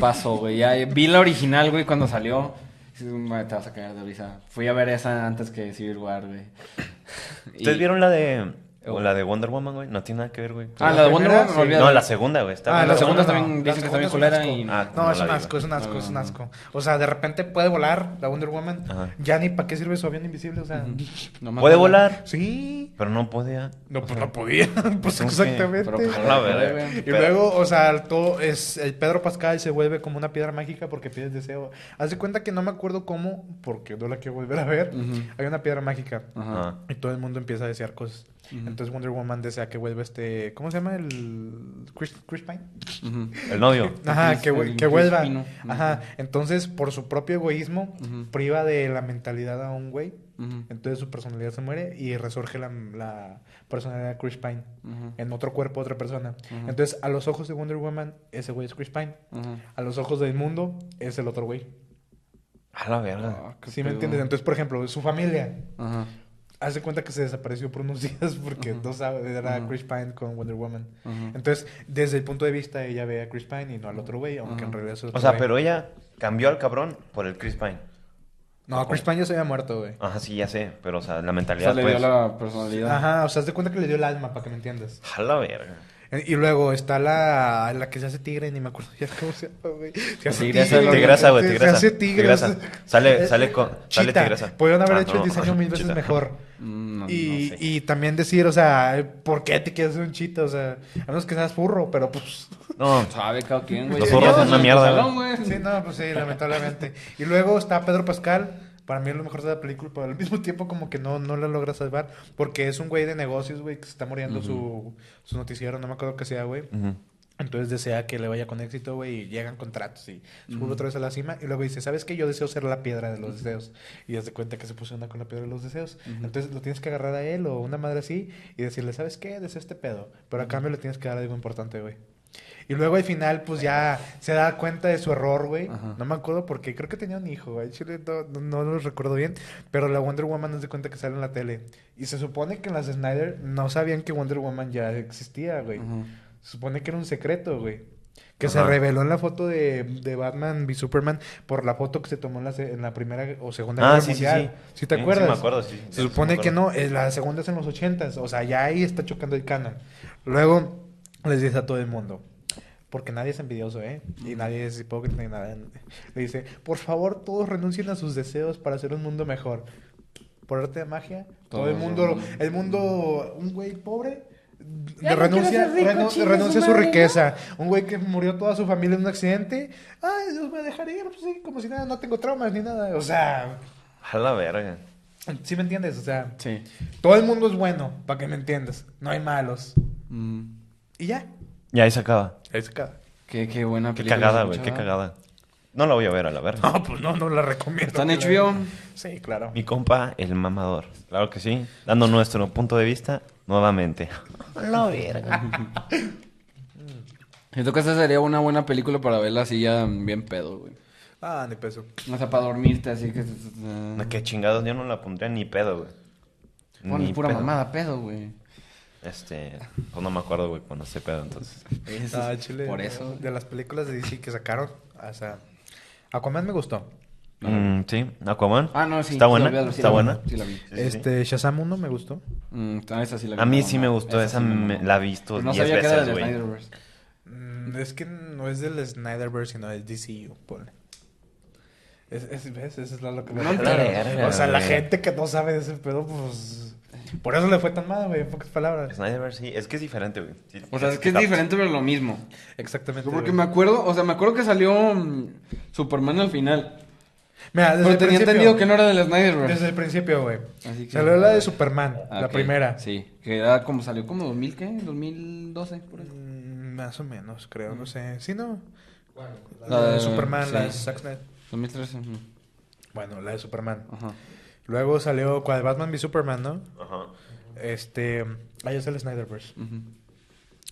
[SPEAKER 2] Paso, güey. Ya eh, vi la original, güey, cuando salió. Sí, me- Te vas a caer de risa. Fui a ver esa antes que Civil War, güey. Y-
[SPEAKER 3] ¿Ustedes vieron la de. o la de Wonder Woman, güey? No tiene nada que ver, güey.
[SPEAKER 2] Ah, la de Wonder
[SPEAKER 1] primera?
[SPEAKER 2] Woman,
[SPEAKER 1] Sí.
[SPEAKER 2] olvídate.
[SPEAKER 3] No, la segunda, güey. Está
[SPEAKER 1] Ah,
[SPEAKER 3] buena.
[SPEAKER 2] la segunda
[SPEAKER 1] no,
[SPEAKER 2] también
[SPEAKER 1] no.
[SPEAKER 2] dicen que
[SPEAKER 1] La
[SPEAKER 2] está bien
[SPEAKER 1] segunda es
[SPEAKER 2] culera
[SPEAKER 1] un
[SPEAKER 2] y...
[SPEAKER 1] asco.
[SPEAKER 3] Ah,
[SPEAKER 1] No,
[SPEAKER 3] no
[SPEAKER 1] es
[SPEAKER 3] la
[SPEAKER 1] un
[SPEAKER 3] vi,
[SPEAKER 1] asco, es un asco,
[SPEAKER 2] No,
[SPEAKER 1] es un
[SPEAKER 2] no,
[SPEAKER 1] asco. O sea, de repente puede volar la Wonder Woman.
[SPEAKER 3] Ajá.
[SPEAKER 1] Ya ni para qué sirve su avión invisible, o sea.
[SPEAKER 2] No me
[SPEAKER 3] Ah, Puede
[SPEAKER 2] acuerdo.
[SPEAKER 3] volar,
[SPEAKER 1] Sí.
[SPEAKER 3] pero no podía.
[SPEAKER 1] No, pues no podía. Pues
[SPEAKER 3] tengo que-
[SPEAKER 1] exactamente.
[SPEAKER 2] Pero, pues,
[SPEAKER 3] A la verga.
[SPEAKER 2] güey.
[SPEAKER 1] Y luego, o sea, todo es, el Pedro Pascal se vuelve como una piedra mágica porque pides deseo. Haz de cuenta que no me acuerdo cómo, porque no la quiero volver a ver.
[SPEAKER 2] Ujú.
[SPEAKER 1] Hay una piedra mágica
[SPEAKER 2] Ajá.
[SPEAKER 3] Ajá.
[SPEAKER 1] y todo el mundo empieza a desear cosas. Entonces Wonder Woman desea que vuelva este, ¿cómo se llama? El Chris, Chris Pine.
[SPEAKER 2] Ujú.
[SPEAKER 3] El novio.
[SPEAKER 1] Ajá,
[SPEAKER 2] Chris-
[SPEAKER 1] que,
[SPEAKER 2] el
[SPEAKER 1] vuel- que
[SPEAKER 2] Chris
[SPEAKER 1] vuelva.
[SPEAKER 2] Pino.
[SPEAKER 1] Ajá. Entonces, por su propio egoísmo,
[SPEAKER 2] Ujú.
[SPEAKER 1] priva de la mentalidad a un güey.
[SPEAKER 2] Ujú.
[SPEAKER 1] Entonces su personalidad se muere y resurge la, la personalidad de Chris Pine
[SPEAKER 2] Ujú.
[SPEAKER 1] en otro cuerpo, otra persona.
[SPEAKER 2] Ujú.
[SPEAKER 1] Entonces, a los ojos de Wonder Woman, ese güey es Chris Pine.
[SPEAKER 2] Ujú.
[SPEAKER 1] A los ojos del mundo, es el otro güey.
[SPEAKER 3] A la verga.
[SPEAKER 2] Ah, qué
[SPEAKER 1] ¿Sí me
[SPEAKER 2] pedo.
[SPEAKER 1] entiendes? Entonces, por ejemplo, su familia
[SPEAKER 2] Ajá.
[SPEAKER 1] hace cuenta que se desapareció por unos días porque no sabe, era
[SPEAKER 2] Ujú.
[SPEAKER 1] Chris Pine con Wonder Woman.
[SPEAKER 2] Ujú.
[SPEAKER 1] Entonces, desde el punto de vista, ella ve a Chris Pine y no al otro güey, aunque en
[SPEAKER 2] Ujú.
[SPEAKER 1] realidad es el otro
[SPEAKER 3] O sea,
[SPEAKER 1] güey.
[SPEAKER 3] pero ella cambió al cabrón por el Chris Pine.
[SPEAKER 1] No, Chris Pine ya se había muerto, güey.
[SPEAKER 3] Ajá, sí, ya sé. Pero, o sea, la
[SPEAKER 2] O sea,
[SPEAKER 3] mentalidad,
[SPEAKER 2] le dio
[SPEAKER 3] pues.
[SPEAKER 2] la personalidad.
[SPEAKER 1] Ajá, o sea, haz de cuenta que le dio el alma, para que me entiendas.
[SPEAKER 3] A la verga.
[SPEAKER 1] Eh, Y luego está la, la que se hace tigre, ni me acuerdo ya cómo se llama, güey. Se hace
[SPEAKER 2] Tigresa,
[SPEAKER 1] tigre.
[SPEAKER 3] Tigresa, güey,
[SPEAKER 1] Se-
[SPEAKER 3] tigresa.
[SPEAKER 1] Se hace tigre.
[SPEAKER 3] Tigresa.
[SPEAKER 1] o sea,
[SPEAKER 3] Sale-
[SPEAKER 1] eh,
[SPEAKER 3] sale con- sale
[SPEAKER 1] chita.
[SPEAKER 3] tigresa.
[SPEAKER 1] Podrían haber
[SPEAKER 3] Ah,
[SPEAKER 1] hecho
[SPEAKER 3] no.
[SPEAKER 1] el diseño mil veces
[SPEAKER 3] Chita.
[SPEAKER 1] mejor.
[SPEAKER 2] Mm, no-
[SPEAKER 1] y,
[SPEAKER 3] no sé.
[SPEAKER 1] y también decir, o sea, ¿por qué te quieres hacer un chita? O sea, a menos que seas burro, pero pues.
[SPEAKER 3] No,
[SPEAKER 2] no sabe cada quien, güey.
[SPEAKER 3] Los zorros
[SPEAKER 2] Tenías
[SPEAKER 3] son una
[SPEAKER 2] en tu
[SPEAKER 3] mierda,
[SPEAKER 2] salón, güey.
[SPEAKER 1] Sí, no, pues sí, lamentablemente. Y luego está Pedro Pascal. Para mí es lo mejor de la película, pero al mismo tiempo como que no, no la logra salvar. Porque es un güey de negocios, güey, que se está muriendo su, su noticiero, no me acuerdo qué sea, güey.
[SPEAKER 3] Ujú.
[SPEAKER 1] Entonces desea que le vaya con éxito, güey, y llegan contratos y sube otra vez a la cima. Y luego dice, ¿sabes qué? Yo deseo ser la piedra de los deseos. Y hace cuenta que se fusiona con la piedra de los deseos. Entonces lo tienes que agarrar a él o una madre así y decirle, ¿sabes qué? Deseo este pedo. Pero a cambio le tienes que dar algo importante, güey. Y luego al final, pues ya se da cuenta de su error, güey.
[SPEAKER 2] Ajá.
[SPEAKER 1] No me acuerdo porque creo que tenía un hijo, güey. Chile, no, no, no lo recuerdo bien. Pero la Wonder Woman nos de cuenta que sale en la tele. Y se supone que en las de Snyder no sabían que Wonder Woman ya existía, güey.
[SPEAKER 2] Ujú.
[SPEAKER 1] Se supone que era un secreto, güey. Que se
[SPEAKER 3] Ajá.
[SPEAKER 1] reveló en la foto de, de Batman v Superman por la foto que se tomó en la, se- en la primera o segunda
[SPEAKER 3] Ah,
[SPEAKER 1] guerra
[SPEAKER 3] sí, sí,
[SPEAKER 1] mundial.
[SPEAKER 3] sí. Eh,
[SPEAKER 1] ¿Sí te
[SPEAKER 3] Sí, sí
[SPEAKER 1] acuerdas?
[SPEAKER 3] me acuerdo, sí.
[SPEAKER 1] Se
[SPEAKER 3] Sí,
[SPEAKER 1] supone
[SPEAKER 3] me
[SPEAKER 1] que
[SPEAKER 3] acuerdo.
[SPEAKER 1] no, es- la segunda es en los ochentas. O sea, ya ahí está chocando el canon. Luego les dice a todo el mundo. Porque nadie es envidioso, ¿eh? Y nadie es hipócrita ni nada. Le dice, por favor, todos renuncien a sus deseos para hacer un mundo mejor. Por arte de magia, todo, el
[SPEAKER 2] Todos,
[SPEAKER 1] mundo,
[SPEAKER 2] ¿no?
[SPEAKER 1] el mundo, un güey pobre,
[SPEAKER 4] Ya no
[SPEAKER 1] renuncia,
[SPEAKER 4] quiero ser rico,
[SPEAKER 1] renu-
[SPEAKER 4] chingue
[SPEAKER 1] renuncia a
[SPEAKER 4] su
[SPEAKER 1] su
[SPEAKER 4] madre, ¿no?
[SPEAKER 1] riqueza. Un güey que murió toda su familia en un accidente. Ay, Dios me dejaré ir, pues sí, como si nada, no tengo traumas ni nada. O sea,
[SPEAKER 3] A la verga.
[SPEAKER 1] ¿sí me entiendes? O sea,
[SPEAKER 2] Sí.
[SPEAKER 1] todo el mundo es bueno, para que me entiendas. No hay malos.
[SPEAKER 2] Mm.
[SPEAKER 1] Y ya.
[SPEAKER 3] Y ahí se acaba.
[SPEAKER 1] Ahí se acaba.
[SPEAKER 2] Qué, qué buena
[SPEAKER 3] Qué
[SPEAKER 2] película.
[SPEAKER 3] cagada,
[SPEAKER 2] se
[SPEAKER 3] güey. Qué
[SPEAKER 2] escuchaba.
[SPEAKER 3] cagada. No la voy a ver a la verga.
[SPEAKER 1] No, pues no, no la recomiendo.
[SPEAKER 2] Está en
[SPEAKER 1] que la
[SPEAKER 2] HBO.
[SPEAKER 1] vean. Sí, claro.
[SPEAKER 3] Mi compa, el mamador. Claro que sí. Dando nuestro punto de vista nuevamente. La verga.
[SPEAKER 2] Siento que esa sería una buena película para verla así ya bien pedo, güey.
[SPEAKER 1] Ah, ni peso.
[SPEAKER 2] O sea, para dormirte, así que...
[SPEAKER 3] No, qué chingados, yo no la pondría ni pedo, güey.
[SPEAKER 2] Pones
[SPEAKER 3] Ni
[SPEAKER 2] pura
[SPEAKER 3] pedo.
[SPEAKER 2] mamada, pedo, güey.
[SPEAKER 3] Este, pues no me acuerdo, güey, cuando se pedo, entonces.
[SPEAKER 2] Eso
[SPEAKER 1] Ah,
[SPEAKER 2] es-
[SPEAKER 1] chile.
[SPEAKER 2] Por
[SPEAKER 1] no.
[SPEAKER 2] eso. güey.
[SPEAKER 1] De las películas de DC que sacaron. O sea, Aquaman me gustó.
[SPEAKER 3] Mm, sí, Aquaman.
[SPEAKER 2] Ah, no, sí.
[SPEAKER 3] Está
[SPEAKER 2] sí la
[SPEAKER 3] buena,
[SPEAKER 2] vi, sí la
[SPEAKER 3] está
[SPEAKER 2] vi,
[SPEAKER 3] buena.
[SPEAKER 2] Sí, la vi.
[SPEAKER 3] Sí, sí, sí.
[SPEAKER 1] este, Shazam 1 me gustó.
[SPEAKER 2] Mm, ah, esa sí la vi.
[SPEAKER 3] A mí
[SPEAKER 2] mamá.
[SPEAKER 3] sí me gustó, esa
[SPEAKER 2] sí me
[SPEAKER 3] me-
[SPEAKER 2] mamó.
[SPEAKER 3] la he visto
[SPEAKER 2] Pero No
[SPEAKER 3] 10
[SPEAKER 2] sabía que era
[SPEAKER 3] veces,
[SPEAKER 2] del
[SPEAKER 3] güey.
[SPEAKER 2] Snyderverse.
[SPEAKER 1] Mm, es que no es del Snyderverse, sino del DCU, ponle. Es, es, ¿Ves? Eso es lo que me
[SPEAKER 2] No,
[SPEAKER 3] claro.
[SPEAKER 1] O sea, la
[SPEAKER 3] güey.
[SPEAKER 1] gente que no sabe de ese pedo, pues. Por eso le fue tan mal, güey, en pocas palabras.
[SPEAKER 3] Snyderverse, sí, es que es diferente, güey. Sí,
[SPEAKER 2] O sea, es que es
[SPEAKER 3] está-
[SPEAKER 2] diferente, pero lo mismo.
[SPEAKER 1] Exactamente.
[SPEAKER 2] Porque
[SPEAKER 1] güey.
[SPEAKER 2] me acuerdo, o sea, me acuerdo que salió mm, Superman al final.
[SPEAKER 1] Mira, desde
[SPEAKER 2] Pero
[SPEAKER 1] el
[SPEAKER 2] tenía
[SPEAKER 1] principio-
[SPEAKER 2] entendido que no era del
[SPEAKER 1] Desde
[SPEAKER 2] Snyderverse.
[SPEAKER 1] el principio, güey.
[SPEAKER 2] Así que-
[SPEAKER 1] Salió la de Superman,
[SPEAKER 2] Ah,
[SPEAKER 1] la
[SPEAKER 2] ok.
[SPEAKER 1] primera.
[SPEAKER 2] Sí, que era como salió como 2000, ¿qué? 2012, por ahí.
[SPEAKER 1] Mm, Más o menos, creo, no sé. Sí, no.
[SPEAKER 2] La
[SPEAKER 1] Mm. La de
[SPEAKER 2] de-
[SPEAKER 1] Superman,
[SPEAKER 2] sí.
[SPEAKER 1] la de Zack Snyder.
[SPEAKER 2] 2013. ujú.
[SPEAKER 1] Bueno, la de Superman.
[SPEAKER 2] Ajá.
[SPEAKER 1] Luego salió cuál Batman v Superman, ¿no?
[SPEAKER 3] Ajá.
[SPEAKER 1] Este. Ahí es el Snyderverse.
[SPEAKER 2] ujú.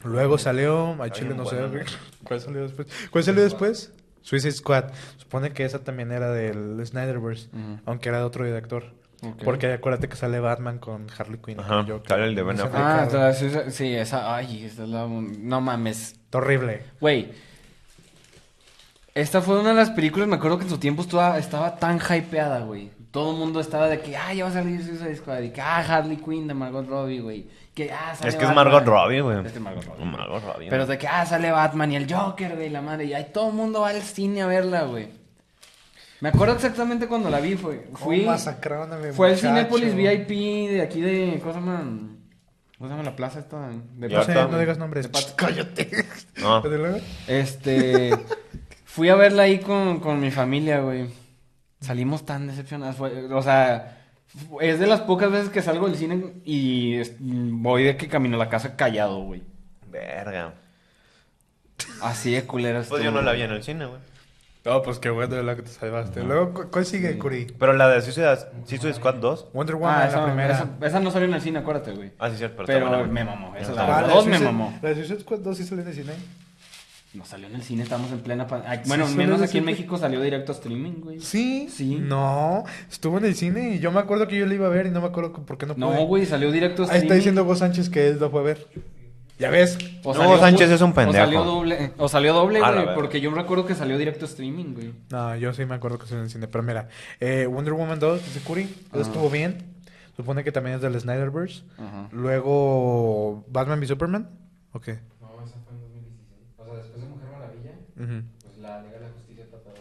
[SPEAKER 1] Luego salió. Ay,
[SPEAKER 3] Está
[SPEAKER 1] chile,
[SPEAKER 3] bien
[SPEAKER 1] no sé.
[SPEAKER 3] buena,
[SPEAKER 1] güey.
[SPEAKER 3] ¿no?
[SPEAKER 1] ¿Cuál salió después? ¿Cuál salió después? Suicide Squad. Supone que esa también era del Snyderverse.
[SPEAKER 2] Ujú.
[SPEAKER 1] Aunque era de otro director.
[SPEAKER 2] Ok.
[SPEAKER 1] Porque acuérdate que sale Batman con Harley Quinn. y
[SPEAKER 3] Ajá,
[SPEAKER 1] con Joker.
[SPEAKER 3] sale el de Ben
[SPEAKER 1] Ese
[SPEAKER 3] Affleck.
[SPEAKER 1] fue
[SPEAKER 2] Ah,
[SPEAKER 1] cabrón.
[SPEAKER 2] la- sí, esa- sí, esa, ay, esa es la, no mames,
[SPEAKER 1] Está horrible.
[SPEAKER 2] güey. Esta fue una de las películas, me acuerdo que en su tiempo estaba, estaba tan hypeada, güey. Todo el mundo estaba de que, ah, ya va a salir Suicide Squad, y que, ah, Harley Quinn de Margot Robbie, güey. Que, ah, sale
[SPEAKER 3] Es que es
[SPEAKER 2] Batman".
[SPEAKER 3] Margot Robbie, güey.
[SPEAKER 2] Es que es Margot Robbie.
[SPEAKER 3] Margot Robbie.
[SPEAKER 2] Pero
[SPEAKER 3] ¿no?
[SPEAKER 2] de que, ah, sale Batman y el Joker, güey, la madre. Y ahí todo el mundo va al cine a verla, güey. Me acuerdo exactamente cuando la vi, fue. Fui,
[SPEAKER 1] ¿Cómo masacraron a mi
[SPEAKER 2] fue al
[SPEAKER 1] Oh, muchacho?
[SPEAKER 2] Cinépolis VIP de aquí de. ¿Cómo se llama? ¿Cómo se llama la plaza esta? De
[SPEAKER 3] Ya
[SPEAKER 1] No
[SPEAKER 2] Pato.
[SPEAKER 1] sé,
[SPEAKER 3] está.
[SPEAKER 1] no digas nombres. Ch, Cállate.
[SPEAKER 3] No.
[SPEAKER 1] ¿Desde luego?
[SPEAKER 2] Este. fui a verla ahí con, con mi familia, güey. Salimos tan decepcionados. fue- o sea. fu- Es de las pocas veces que salgo del cine y es- voy de que camino a la casa callado, güey.
[SPEAKER 3] Verga.
[SPEAKER 2] Así de culeras.
[SPEAKER 3] Pues yo no la vi en el cine, güey.
[SPEAKER 1] No, pues qué bueno de la que te salvaste. Luego, ¿cu- ¿cuál sigue, Curi?
[SPEAKER 3] Pero la de Suicide, Suicide Squad 2.
[SPEAKER 1] Wonder Woman,
[SPEAKER 2] Ah, esa,
[SPEAKER 1] la primera.
[SPEAKER 2] esa- esa no salió en el cine, acuérdate, güey.
[SPEAKER 3] Ah, sí, cierto.
[SPEAKER 2] Pero
[SPEAKER 3] está buena,
[SPEAKER 2] me
[SPEAKER 3] güey.
[SPEAKER 2] mamó,
[SPEAKER 3] Ya
[SPEAKER 2] esa
[SPEAKER 3] está
[SPEAKER 2] la
[SPEAKER 3] buena.
[SPEAKER 1] Ah,
[SPEAKER 2] dos
[SPEAKER 1] de
[SPEAKER 2] me
[SPEAKER 1] Suicide-
[SPEAKER 2] mamó.
[SPEAKER 1] La de Suicide Squad 2 sí salió en el cine.
[SPEAKER 2] No salió en el cine, estamos en plena pan- Ay,
[SPEAKER 1] Sí,
[SPEAKER 2] Bueno,
[SPEAKER 1] salió
[SPEAKER 2] menos
[SPEAKER 1] en el
[SPEAKER 2] aquí en
[SPEAKER 1] cine.
[SPEAKER 2] México salió directo a streaming, güey.
[SPEAKER 1] Sí.
[SPEAKER 2] Sí.
[SPEAKER 1] No, estuvo en el cine y yo me acuerdo que yo la iba a ver y no me acuerdo que- por qué no
[SPEAKER 2] No,
[SPEAKER 1] pude.
[SPEAKER 2] güey, salió directo
[SPEAKER 1] Ahí
[SPEAKER 2] a streaming.
[SPEAKER 1] está diciendo Hugo Sánchez que él lo fue a ver. Ya ves.
[SPEAKER 2] O
[SPEAKER 3] No, Sánchez es un
[SPEAKER 2] O salió
[SPEAKER 3] pendejo.
[SPEAKER 2] doble, o salió doble,
[SPEAKER 3] A la
[SPEAKER 2] güey,
[SPEAKER 3] verga.
[SPEAKER 2] porque yo me recuerdo que salió directo a streaming, güey.
[SPEAKER 1] No, yo sí me acuerdo que estuvo en el cine. Pero mira, eh, Wonder Woman 2, dice Curi, eso
[SPEAKER 2] Ah.
[SPEAKER 1] estuvo bien. Supone que también es del Snyderverse.
[SPEAKER 2] Ajá.
[SPEAKER 1] Luego, Batman v Superman. Ok.
[SPEAKER 4] No, esa fue en 2016. O sea, después de Mujer Maravilla,
[SPEAKER 1] Ujú.
[SPEAKER 4] pues la Liga de la Justicia Tratadora.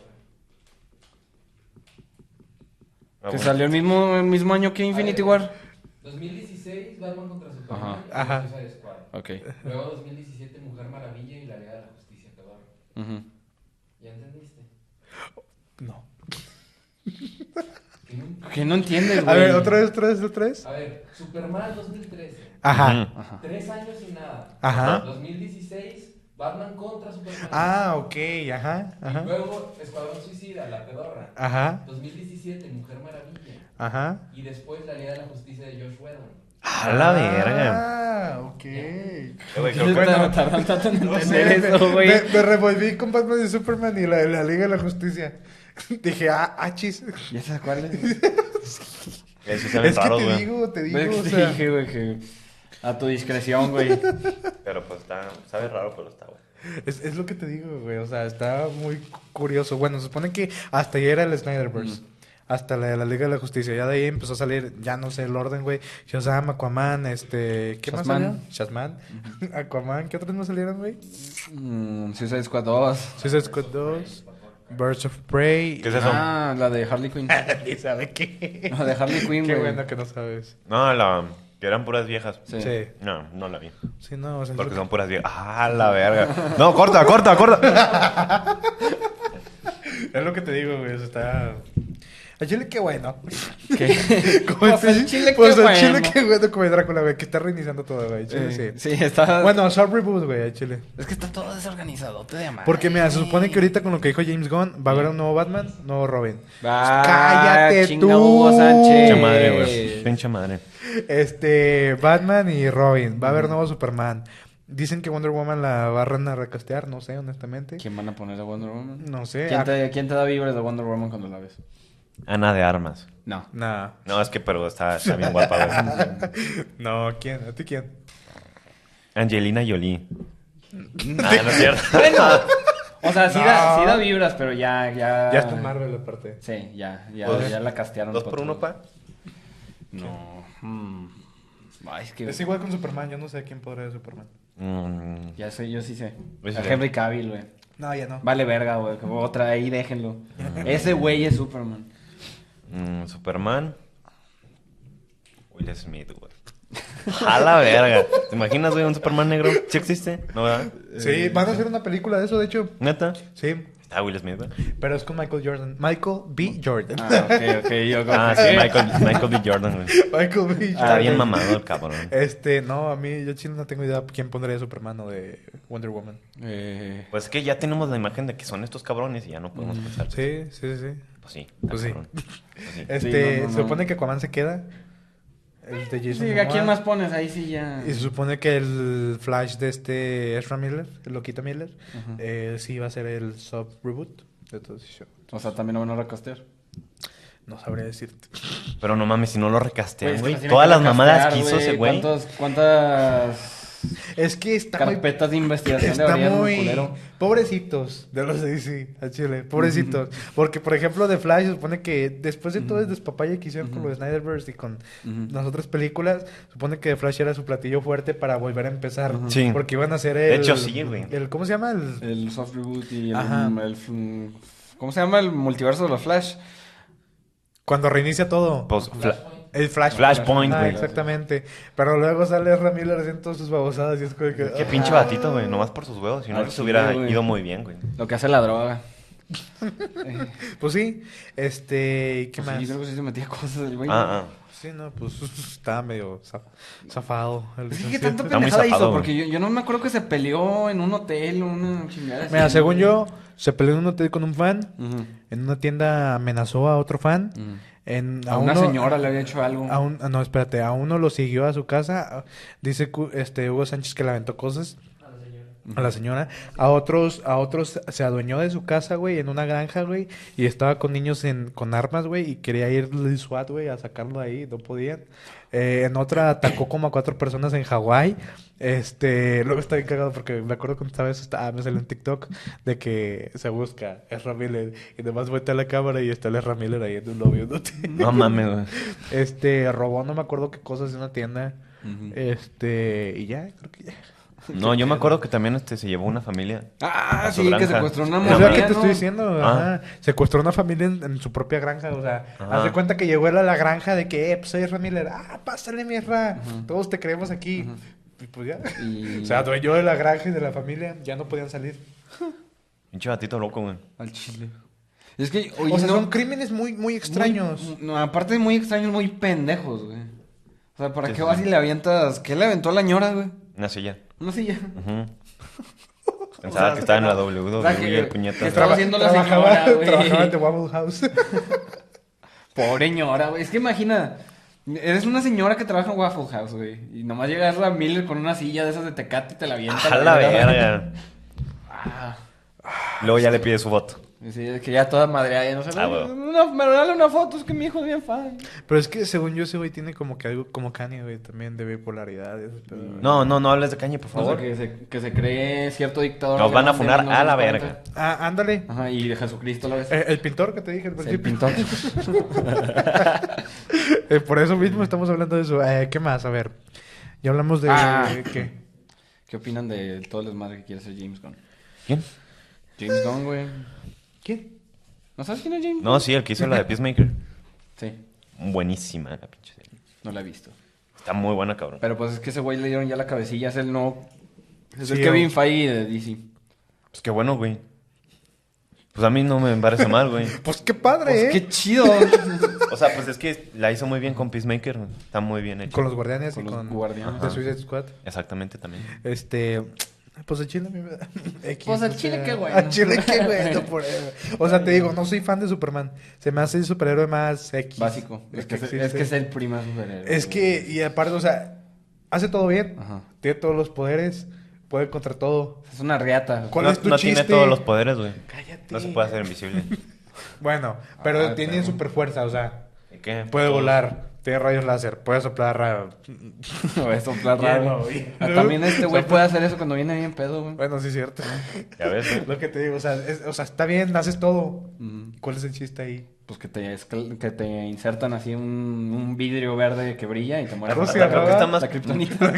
[SPEAKER 3] Ah,
[SPEAKER 2] que
[SPEAKER 3] bueno.
[SPEAKER 2] salió el mismo, el mismo año que Infinity
[SPEAKER 4] Ah,
[SPEAKER 2] War.
[SPEAKER 4] 2016, Batman contra Superman
[SPEAKER 1] Ajá.
[SPEAKER 4] y Suicide Squad.
[SPEAKER 2] Ok.
[SPEAKER 4] Luego 2017, Mujer Maravilla y la Liga de la Justicia Tratadora. ¿Ya entendiste?
[SPEAKER 1] No.
[SPEAKER 4] Que nunca-
[SPEAKER 2] Que no entiendes,
[SPEAKER 1] A
[SPEAKER 2] güey.
[SPEAKER 1] ver, otra vez, otra vez, otra vez.
[SPEAKER 4] A ver, Superman 2013.
[SPEAKER 1] Ajá.
[SPEAKER 3] Ujú.
[SPEAKER 2] Ajá.
[SPEAKER 4] Tres años y nada.
[SPEAKER 1] Ajá.
[SPEAKER 4] 2016, Batman contra Superman.
[SPEAKER 1] Ah, ok, ajá,
[SPEAKER 4] Y
[SPEAKER 1] ajá.
[SPEAKER 4] luego Escuadrón Suicida, la pedorra.
[SPEAKER 1] Ajá,
[SPEAKER 4] 2017, Mujer Maravilla.
[SPEAKER 1] ajá.
[SPEAKER 4] Y después la Liga de la Justicia de Josh Whedon.
[SPEAKER 3] A la verga.
[SPEAKER 1] Ah, ok.
[SPEAKER 3] Eh, güey, creo que-
[SPEAKER 2] Bueno, tardan tanto en
[SPEAKER 1] No sé,
[SPEAKER 2] entender
[SPEAKER 1] me-
[SPEAKER 2] eso, güey.
[SPEAKER 1] Me, me revolví con Batman y Superman y la, la Liga de la Justicia. Dije, ah, ah, chis.
[SPEAKER 2] ¿Ya sabes cuál es?
[SPEAKER 3] eh, sí se ven
[SPEAKER 1] Es que
[SPEAKER 3] raros,
[SPEAKER 1] te
[SPEAKER 3] güey.
[SPEAKER 1] digo, te digo,
[SPEAKER 2] Güey,
[SPEAKER 1] o
[SPEAKER 2] te
[SPEAKER 1] sea,
[SPEAKER 2] dije, güey, que a tu discreción, güey.
[SPEAKER 3] Pero pues está, sabe raro, pero está bueno.
[SPEAKER 1] es, es lo que te digo, güey, o sea, está muy curioso. Bueno, se supone que hasta ahí era el Snyderverse, hasta la de la Liga de la Justicia, ya de ahí empezó a salir, ya no sé el orden, güey, Shazam, Aquaman, este, ¿qué más
[SPEAKER 2] Shazman.
[SPEAKER 1] salió? Shazman, Aquaman, ¿qué otros no salieron, güey?
[SPEAKER 2] Mm, Suicide Squad 2.
[SPEAKER 1] Suicide Squad 2, Birds of Prey.
[SPEAKER 3] ¿Qué es eso?
[SPEAKER 2] Ah, la de Harley Quinn.
[SPEAKER 1] Ni sabe qué.
[SPEAKER 2] La de Harley Quinn,
[SPEAKER 1] Qué
[SPEAKER 2] Ah, güey.
[SPEAKER 1] bueno que no sabes.
[SPEAKER 3] No, la... Que eran puras viejas.
[SPEAKER 2] Sí.
[SPEAKER 1] Sí.
[SPEAKER 3] No, no la vi.
[SPEAKER 1] Sí, no, o sea,
[SPEAKER 3] Porque
[SPEAKER 1] es lo
[SPEAKER 3] son puras viejas. Ah, la verga. No, corta, corta, corta.
[SPEAKER 1] que- es lo que te digo, güey. o sea, está... Al chile, qué bueno.
[SPEAKER 2] Que-
[SPEAKER 1] Como
[SPEAKER 2] Pues
[SPEAKER 1] el
[SPEAKER 2] al
[SPEAKER 1] pinche-
[SPEAKER 2] chile,
[SPEAKER 1] pues
[SPEAKER 2] qué
[SPEAKER 1] al chile,
[SPEAKER 2] bueno.
[SPEAKER 1] qué bueno como el Drácula, güey. Que está reiniciando todo, güey. al Chile,
[SPEAKER 2] Eh,
[SPEAKER 1] sí.
[SPEAKER 2] sí, está.
[SPEAKER 1] Bueno, soft reboot, güey, al chile.
[SPEAKER 2] es que está todo desorganizado, te llamas.
[SPEAKER 1] Porque mira, se supone que ahorita con lo que dijo James Gunn va a haber un nuevo Batman, nuevo Robin. Cállate
[SPEAKER 2] Ah, chinga
[SPEAKER 1] tú.
[SPEAKER 2] Hugo Sánchez.
[SPEAKER 3] Pinche madre, güey. Pinche madre.
[SPEAKER 1] Este, Batman y Robin. Va a haber nuevo Superman. Dicen que Wonder Woman la van a recastear, no sé, honestamente.
[SPEAKER 2] ¿Quién van a poner a Wonder Woman?
[SPEAKER 1] No sé. ah,
[SPEAKER 2] ¿Quién te, quién te da vibras de Wonder Woman cuando la ves?
[SPEAKER 3] Ana de armas.
[SPEAKER 2] No.
[SPEAKER 1] Nah.
[SPEAKER 3] No, es que pero está, está bien guapa, güey.
[SPEAKER 1] No, ¿quién? ¿A ti quién?
[SPEAKER 3] Angelina Jolie. Ah, no es cierto.
[SPEAKER 2] O sea, sí, da,
[SPEAKER 1] No.
[SPEAKER 2] sí da vibras, pero ya, ya.
[SPEAKER 1] Ya está en Marvel, aparte.
[SPEAKER 2] Ah. Sí, ya, ya,
[SPEAKER 3] Pues,
[SPEAKER 2] ya la castearon.
[SPEAKER 3] Dos
[SPEAKER 2] pa'
[SPEAKER 3] por uno,
[SPEAKER 2] otro-
[SPEAKER 3] pa.
[SPEAKER 2] No. mm. Ay, es que.
[SPEAKER 1] Es igual con Superman, yo no sé quién podría ser Superman.
[SPEAKER 3] Mm,
[SPEAKER 2] Ya sé, yo sí sé.
[SPEAKER 3] Yo sí
[SPEAKER 2] A
[SPEAKER 3] sé.
[SPEAKER 2] Henry Cavill, güey.
[SPEAKER 1] No, ya no.
[SPEAKER 2] Vale verga, güey. como Otra ahí, déjenlo. Ese güey es Superman.
[SPEAKER 3] mm, Superman. Will Smith, güey. A la verga. ¿Te imaginas, güey, un Superman negro? ¿Sí existe? ¿No, verdad?
[SPEAKER 1] Sí, van a
[SPEAKER 2] eh,
[SPEAKER 1] hacer una película de eso, de hecho.
[SPEAKER 3] ¿Neta?
[SPEAKER 1] Sí,
[SPEAKER 3] Está Will Smith, güey.
[SPEAKER 1] pero es con Michael Jordan. Michael B. Jordan.
[SPEAKER 2] Ah, ok, ok. Yo como
[SPEAKER 3] Ah,
[SPEAKER 2] que-
[SPEAKER 3] sí, Michael, Michael B. Jordan, güey.
[SPEAKER 1] Michael B. Jordan.
[SPEAKER 2] Ah,
[SPEAKER 3] Está bien mamado el cabrón.
[SPEAKER 1] Este, no, a mí, yo chino no tengo idea quién pondría de Superman o de Wonder Woman.
[SPEAKER 2] Eh,
[SPEAKER 3] Pues es que ya tenemos la imagen de que son estos cabrones y ya no podemos pensar.
[SPEAKER 1] Mm. Sí, sí, sí.
[SPEAKER 3] Pues sí, está
[SPEAKER 1] Pues sí.
[SPEAKER 3] cabrón. Pues sí.
[SPEAKER 1] Este,
[SPEAKER 2] Sí, no, no,
[SPEAKER 1] se
[SPEAKER 2] no.
[SPEAKER 1] supone que Aquaman se queda. El de Jason
[SPEAKER 2] sí, ¿a quién
[SPEAKER 1] Momoa.
[SPEAKER 2] más pones? Ahí sí ya.
[SPEAKER 1] Y se supone que el Flash de este Ezra Miller, el Loquita Miller,
[SPEAKER 2] Ajá.
[SPEAKER 1] eh, sí va a ser el sub reboot de todo ese show.
[SPEAKER 2] O sea, también lo van a recastear.
[SPEAKER 1] No sabría decirte.
[SPEAKER 3] Pero no mames, si no lo recastean,
[SPEAKER 2] Güey,
[SPEAKER 3] Este, güey.
[SPEAKER 2] es que
[SPEAKER 3] Todas
[SPEAKER 2] tiene
[SPEAKER 3] las
[SPEAKER 2] que
[SPEAKER 3] mamadas
[SPEAKER 2] castear,
[SPEAKER 3] que hizo ese güey.
[SPEAKER 2] ¿Cuántos- ¿Cuántas
[SPEAKER 1] Es que está muy.
[SPEAKER 2] carpetas de investigación le
[SPEAKER 1] Está
[SPEAKER 2] abrieron al
[SPEAKER 1] muy.
[SPEAKER 2] culero?
[SPEAKER 1] Pobrecitos de los de DC a Chile. Pobrecitos. Porque, por ejemplo, de Flash se supone que después de todo el despapalle que hicieron con
[SPEAKER 2] Ujú.
[SPEAKER 1] los Snyderverse y con
[SPEAKER 2] Ujú.
[SPEAKER 1] las otras películas, supone que Flash era su platillo fuerte para volver a empezar.
[SPEAKER 2] Ujú.
[SPEAKER 3] Sí.
[SPEAKER 1] Porque iban a hacer el.
[SPEAKER 3] De hecho, sí, güey. Eh.
[SPEAKER 1] el- ¿Cómo se llama? El.
[SPEAKER 2] El soft reboot y el,
[SPEAKER 1] Ajá.
[SPEAKER 2] el f- ¿Cómo se llama? El multiverso de los Flash.
[SPEAKER 1] Cuando reinicia todo.
[SPEAKER 3] Pues, fla-
[SPEAKER 4] Flashpoint.
[SPEAKER 1] El Flash.
[SPEAKER 3] Flashpoint,
[SPEAKER 1] Ah,
[SPEAKER 3] güey.
[SPEAKER 1] exactamente. Pero luego sale Ramírez haciendo todas sus babosadas y es como que.
[SPEAKER 3] Qué
[SPEAKER 1] ah.
[SPEAKER 3] pinche batito, güey. Nomás por sus huevos. Si no
[SPEAKER 2] Al
[SPEAKER 3] les
[SPEAKER 2] chile,
[SPEAKER 3] hubiera
[SPEAKER 2] Ah, güey.
[SPEAKER 3] ido muy bien, güey.
[SPEAKER 2] Lo que hace la droga.
[SPEAKER 1] Pues sí. Este. ¿y ¿Qué
[SPEAKER 2] Pues
[SPEAKER 1] más?
[SPEAKER 2] Sí, creo que sí se metía cosas del güey.
[SPEAKER 3] Ah, ah.
[SPEAKER 1] Sí, no, pues estaba medio za- zafado. el
[SPEAKER 2] Pues Es que qué
[SPEAKER 1] licenciado.
[SPEAKER 2] tanto
[SPEAKER 3] Está muy
[SPEAKER 2] pendejada hizo,
[SPEAKER 3] zapado, güey.
[SPEAKER 2] porque yo, yo no me acuerdo que se peleó en un hotel o una chingada.
[SPEAKER 1] Mira,
[SPEAKER 2] así.
[SPEAKER 1] según yo, se peleó en un hotel con un fan.
[SPEAKER 2] Ujú.
[SPEAKER 1] En una tienda amenazó a otro fan.
[SPEAKER 2] Ujú.
[SPEAKER 1] En,
[SPEAKER 2] A una
[SPEAKER 1] uno-
[SPEAKER 2] señora le había hecho algo.
[SPEAKER 1] a un- ah, no, espérate. A uno lo siguió a su casa. a- Dice cu- este Hugo Sánchez que le aventó cosas.
[SPEAKER 4] A la señora.
[SPEAKER 1] a la señora, a otros, a otros se adueñó de su casa, güey, en una granja, güey, y estaba con niños en, con armas, güey, y quería ir el SWAT, güey, a sacarlo de ahí, no podían. Eh, en otra atacó como a cuatro personas en Hawái. Este, luego está bien cagado porque me acuerdo cuando estaba eso, estaba- me salió en TikTok de que se busca Ezra Miller y nomás voltea la cámara y está el Ezra Miller ahí en un lobby. ¿no?
[SPEAKER 3] No mames, güey.
[SPEAKER 1] Este, robó, no me acuerdo qué cosas de una tienda. eh,
[SPEAKER 2] Ujú.
[SPEAKER 1] Este, y ya, creo que ya.
[SPEAKER 3] No, yo me acuerdo que también este, se llevó una familia.
[SPEAKER 2] Ah,
[SPEAKER 3] a su
[SPEAKER 2] sí, que
[SPEAKER 3] granja.
[SPEAKER 2] secuestró una
[SPEAKER 3] Es
[SPEAKER 1] Es
[SPEAKER 2] mujer.
[SPEAKER 1] lo que te estoy diciendo,
[SPEAKER 3] Ah.
[SPEAKER 1] ajá. Secuestró una familia en, en su propia granja, o sea,
[SPEAKER 2] Ah.
[SPEAKER 3] Ajá.
[SPEAKER 1] haz de cuenta que llegó él a la granja de que, eh, pues soy Ezra Miller, ah, pásale mierda, todos te creemos aquí. Y pues ya.
[SPEAKER 2] Y-
[SPEAKER 1] O sea, dueño de la granja y de la familia, ya no podían salir.
[SPEAKER 3] Pinche batito loco, güey.
[SPEAKER 2] Al chile. Es que, oye,
[SPEAKER 1] o sea,
[SPEAKER 2] no-
[SPEAKER 1] son crímenes muy, muy extraños.
[SPEAKER 2] Muy- no, aparte de muy extraños, muy pendejos, güey. O sea, ¿para qué vas y le avientas? ¿Qué le aventó a la ñora, güey?
[SPEAKER 3] Una silla.
[SPEAKER 2] No sé ya.
[SPEAKER 3] Ujú.
[SPEAKER 1] O
[SPEAKER 3] Pensaba
[SPEAKER 1] sea,
[SPEAKER 3] que estaba en la
[SPEAKER 2] o sea, que-
[SPEAKER 3] WWE, el puñetazo.
[SPEAKER 2] que estaba- haciendo la
[SPEAKER 1] trabajaba,
[SPEAKER 2] señora, güey.
[SPEAKER 1] trabajaba en The Waffle House.
[SPEAKER 2] Pobre ñora, güey. Es que imagina, eres una señora que trabaja en Waffle House, güey. Y nomás llegas a Miller con una silla de esas de tecate y te la avienta.
[SPEAKER 3] A la
[SPEAKER 2] ñora.
[SPEAKER 3] verga.
[SPEAKER 2] Ah,
[SPEAKER 3] Luego ya le pide su voto.
[SPEAKER 2] sí, es que ya toda madreada, ya no sé.
[SPEAKER 3] Ah, güey.
[SPEAKER 2] "Una- me regala una foto, es que mi hijo es bien fan.
[SPEAKER 1] Pero es que según yo ese güey tiene como que algo, como Kanye, güey, también de bipolaridad. y esos pedos, güey.
[SPEAKER 3] No, no, no hables de caña, por
[SPEAKER 2] O sea,
[SPEAKER 3] favor.
[SPEAKER 2] que se, que se cree cierto dictador.
[SPEAKER 3] Nos van a
[SPEAKER 2] grande,
[SPEAKER 3] funar
[SPEAKER 2] no
[SPEAKER 3] a
[SPEAKER 2] sé
[SPEAKER 3] la
[SPEAKER 2] cuánto.
[SPEAKER 3] verga.
[SPEAKER 1] Ah, ándale.
[SPEAKER 2] Ajá, y de Jesucristo a la vez.
[SPEAKER 1] Eh, el pintor que te dije al
[SPEAKER 2] el
[SPEAKER 1] principio.
[SPEAKER 2] pintor.
[SPEAKER 1] Eh, por eso mismo estamos hablando de eso. Eh, ¿Qué más? A ver. Ya hablamos de... eh,
[SPEAKER 2] Ah.
[SPEAKER 1] ¿Qué?
[SPEAKER 2] ¿Qué opinan de todo el desmadre que quiere hacer James Gunn?
[SPEAKER 3] ¿Quién?
[SPEAKER 2] James Gunn, güey.
[SPEAKER 1] ¿Quién?
[SPEAKER 2] ¿No sabes quién es James?
[SPEAKER 3] No, sí, el que hizo la de Peacemaker.
[SPEAKER 2] Sí,
[SPEAKER 3] Buenísima la pinche serie.
[SPEAKER 2] no la he visto.
[SPEAKER 3] Está muy buena, cabrón.
[SPEAKER 2] Pero pues es que ese güey le dieron ya la cabecilla, es el no. Es el
[SPEAKER 1] Sí,
[SPEAKER 2] Kevin
[SPEAKER 1] o-
[SPEAKER 2] Feige de DC.
[SPEAKER 3] Pues qué bueno, güey. Pues a mí no me parece mal, güey.
[SPEAKER 1] Pues qué padre,
[SPEAKER 2] Pues
[SPEAKER 1] ¿eh?
[SPEAKER 2] qué chido.
[SPEAKER 3] O sea, pues es que la hizo muy bien con Peacemaker, güey. Está muy bien hecho.
[SPEAKER 1] Con los guardianes
[SPEAKER 2] Con
[SPEAKER 1] y
[SPEAKER 2] los
[SPEAKER 1] con
[SPEAKER 2] guardianes. Ah,
[SPEAKER 1] The
[SPEAKER 3] Ajá.
[SPEAKER 1] Suicide Squad.
[SPEAKER 3] Exactamente también.
[SPEAKER 1] Este. Pues el chile, mi verdad. X,
[SPEAKER 2] Pues al
[SPEAKER 1] o
[SPEAKER 2] chile
[SPEAKER 1] sea,
[SPEAKER 2] qué bueno.
[SPEAKER 1] Al chile qué bueno, por él. O sea, te digo, no soy fan de Superman. Se me hace el superhéroe más X.
[SPEAKER 2] Básico. Es que, es, es que es
[SPEAKER 1] existe.
[SPEAKER 2] el prima superhéroe.
[SPEAKER 1] Es que, y aparte, o sea, hace todo bien.
[SPEAKER 2] Ajá.
[SPEAKER 1] Tiene todos los poderes. Puede contra todo.
[SPEAKER 2] Es una riata.
[SPEAKER 1] ¿Cuál
[SPEAKER 3] no
[SPEAKER 1] es tu
[SPEAKER 3] no tiene
[SPEAKER 1] chiste?
[SPEAKER 3] todos los poderes, güey.
[SPEAKER 1] Cállate.
[SPEAKER 3] No se puede hacer invisible.
[SPEAKER 1] Bueno, pero
[SPEAKER 2] Ah,
[SPEAKER 1] tiene
[SPEAKER 2] pero-
[SPEAKER 1] super fuerza, o sea,
[SPEAKER 3] ¿Y ¿Qué?
[SPEAKER 1] puede volar. Tiene rayos láser, puede soplar ra-
[SPEAKER 2] Puede soplar
[SPEAKER 1] Ya
[SPEAKER 2] raro.
[SPEAKER 1] lo vi.
[SPEAKER 2] Ah, También este güey puede hacer eso cuando viene bien pedo, güey.
[SPEAKER 1] Bueno, sí es cierto.
[SPEAKER 3] Ya ves, güey.
[SPEAKER 1] Lo que te digo, o sea, es- o sea, está bien, haces todo.
[SPEAKER 2] Ujú.
[SPEAKER 1] ¿Cuál es el chiste ahí?
[SPEAKER 2] Pues que te, es que que te insertan así un, un vidrio verde que brilla y te mueres.
[SPEAKER 1] Rusia,
[SPEAKER 2] la,
[SPEAKER 1] ¿verdad?
[SPEAKER 3] Está más-
[SPEAKER 2] la kriptonita.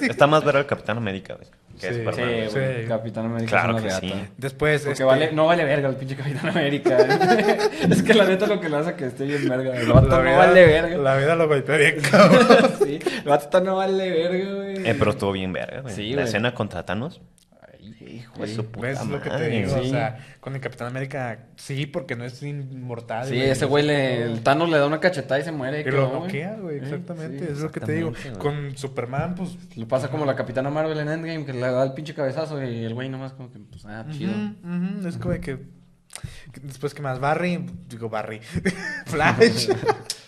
[SPEAKER 3] Está más ver al Capitán América, güey. Que
[SPEAKER 1] Sí.
[SPEAKER 3] es
[SPEAKER 2] Sí,
[SPEAKER 3] Superman, güey.
[SPEAKER 2] güey.
[SPEAKER 1] Sí.
[SPEAKER 2] Capitán América es
[SPEAKER 3] Claro que
[SPEAKER 2] una
[SPEAKER 3] sí.
[SPEAKER 2] reata.
[SPEAKER 1] Después,
[SPEAKER 2] Porque
[SPEAKER 1] este,
[SPEAKER 2] vale, no vale verga el pinche Capitán América. es que la neta lo que le hace que esté bien verga. güey. El vato no vale verga.
[SPEAKER 1] La vida lo golpea bien, cabrón.
[SPEAKER 2] sí, el vato no vale verga, güey.
[SPEAKER 3] Eh, pero estuvo bien verga, güey.
[SPEAKER 2] Sí,
[SPEAKER 3] la
[SPEAKER 2] güey.
[SPEAKER 3] escena contra Thanos.
[SPEAKER 2] Ay, hijo,
[SPEAKER 3] Pues,
[SPEAKER 2] güey.
[SPEAKER 3] puta
[SPEAKER 1] ¿Ves lo que te
[SPEAKER 3] madre,
[SPEAKER 1] digo?
[SPEAKER 3] güey.
[SPEAKER 1] O
[SPEAKER 2] sí.
[SPEAKER 1] sea, con el Capitán América, sí, porque no es inmortal.
[SPEAKER 2] Sí, ese güey, le, el Thanos le da una cachetada y se muere.
[SPEAKER 1] Que
[SPEAKER 2] quedó,
[SPEAKER 1] lo
[SPEAKER 2] güey.
[SPEAKER 1] noquea, güey,
[SPEAKER 2] Sí,
[SPEAKER 1] exactamente.
[SPEAKER 2] sí.
[SPEAKER 1] es lo que te digo.
[SPEAKER 3] exactamente,
[SPEAKER 1] Con Superman, pues.
[SPEAKER 2] Lo pasa como la Capitana Marvel en Endgame, que le da el pinche cabezazo y el güey nomás como que, pues, ah, chido.
[SPEAKER 1] ujú, ujú, es como de que. que Después que más, Barry. Digo, Barry. Flash.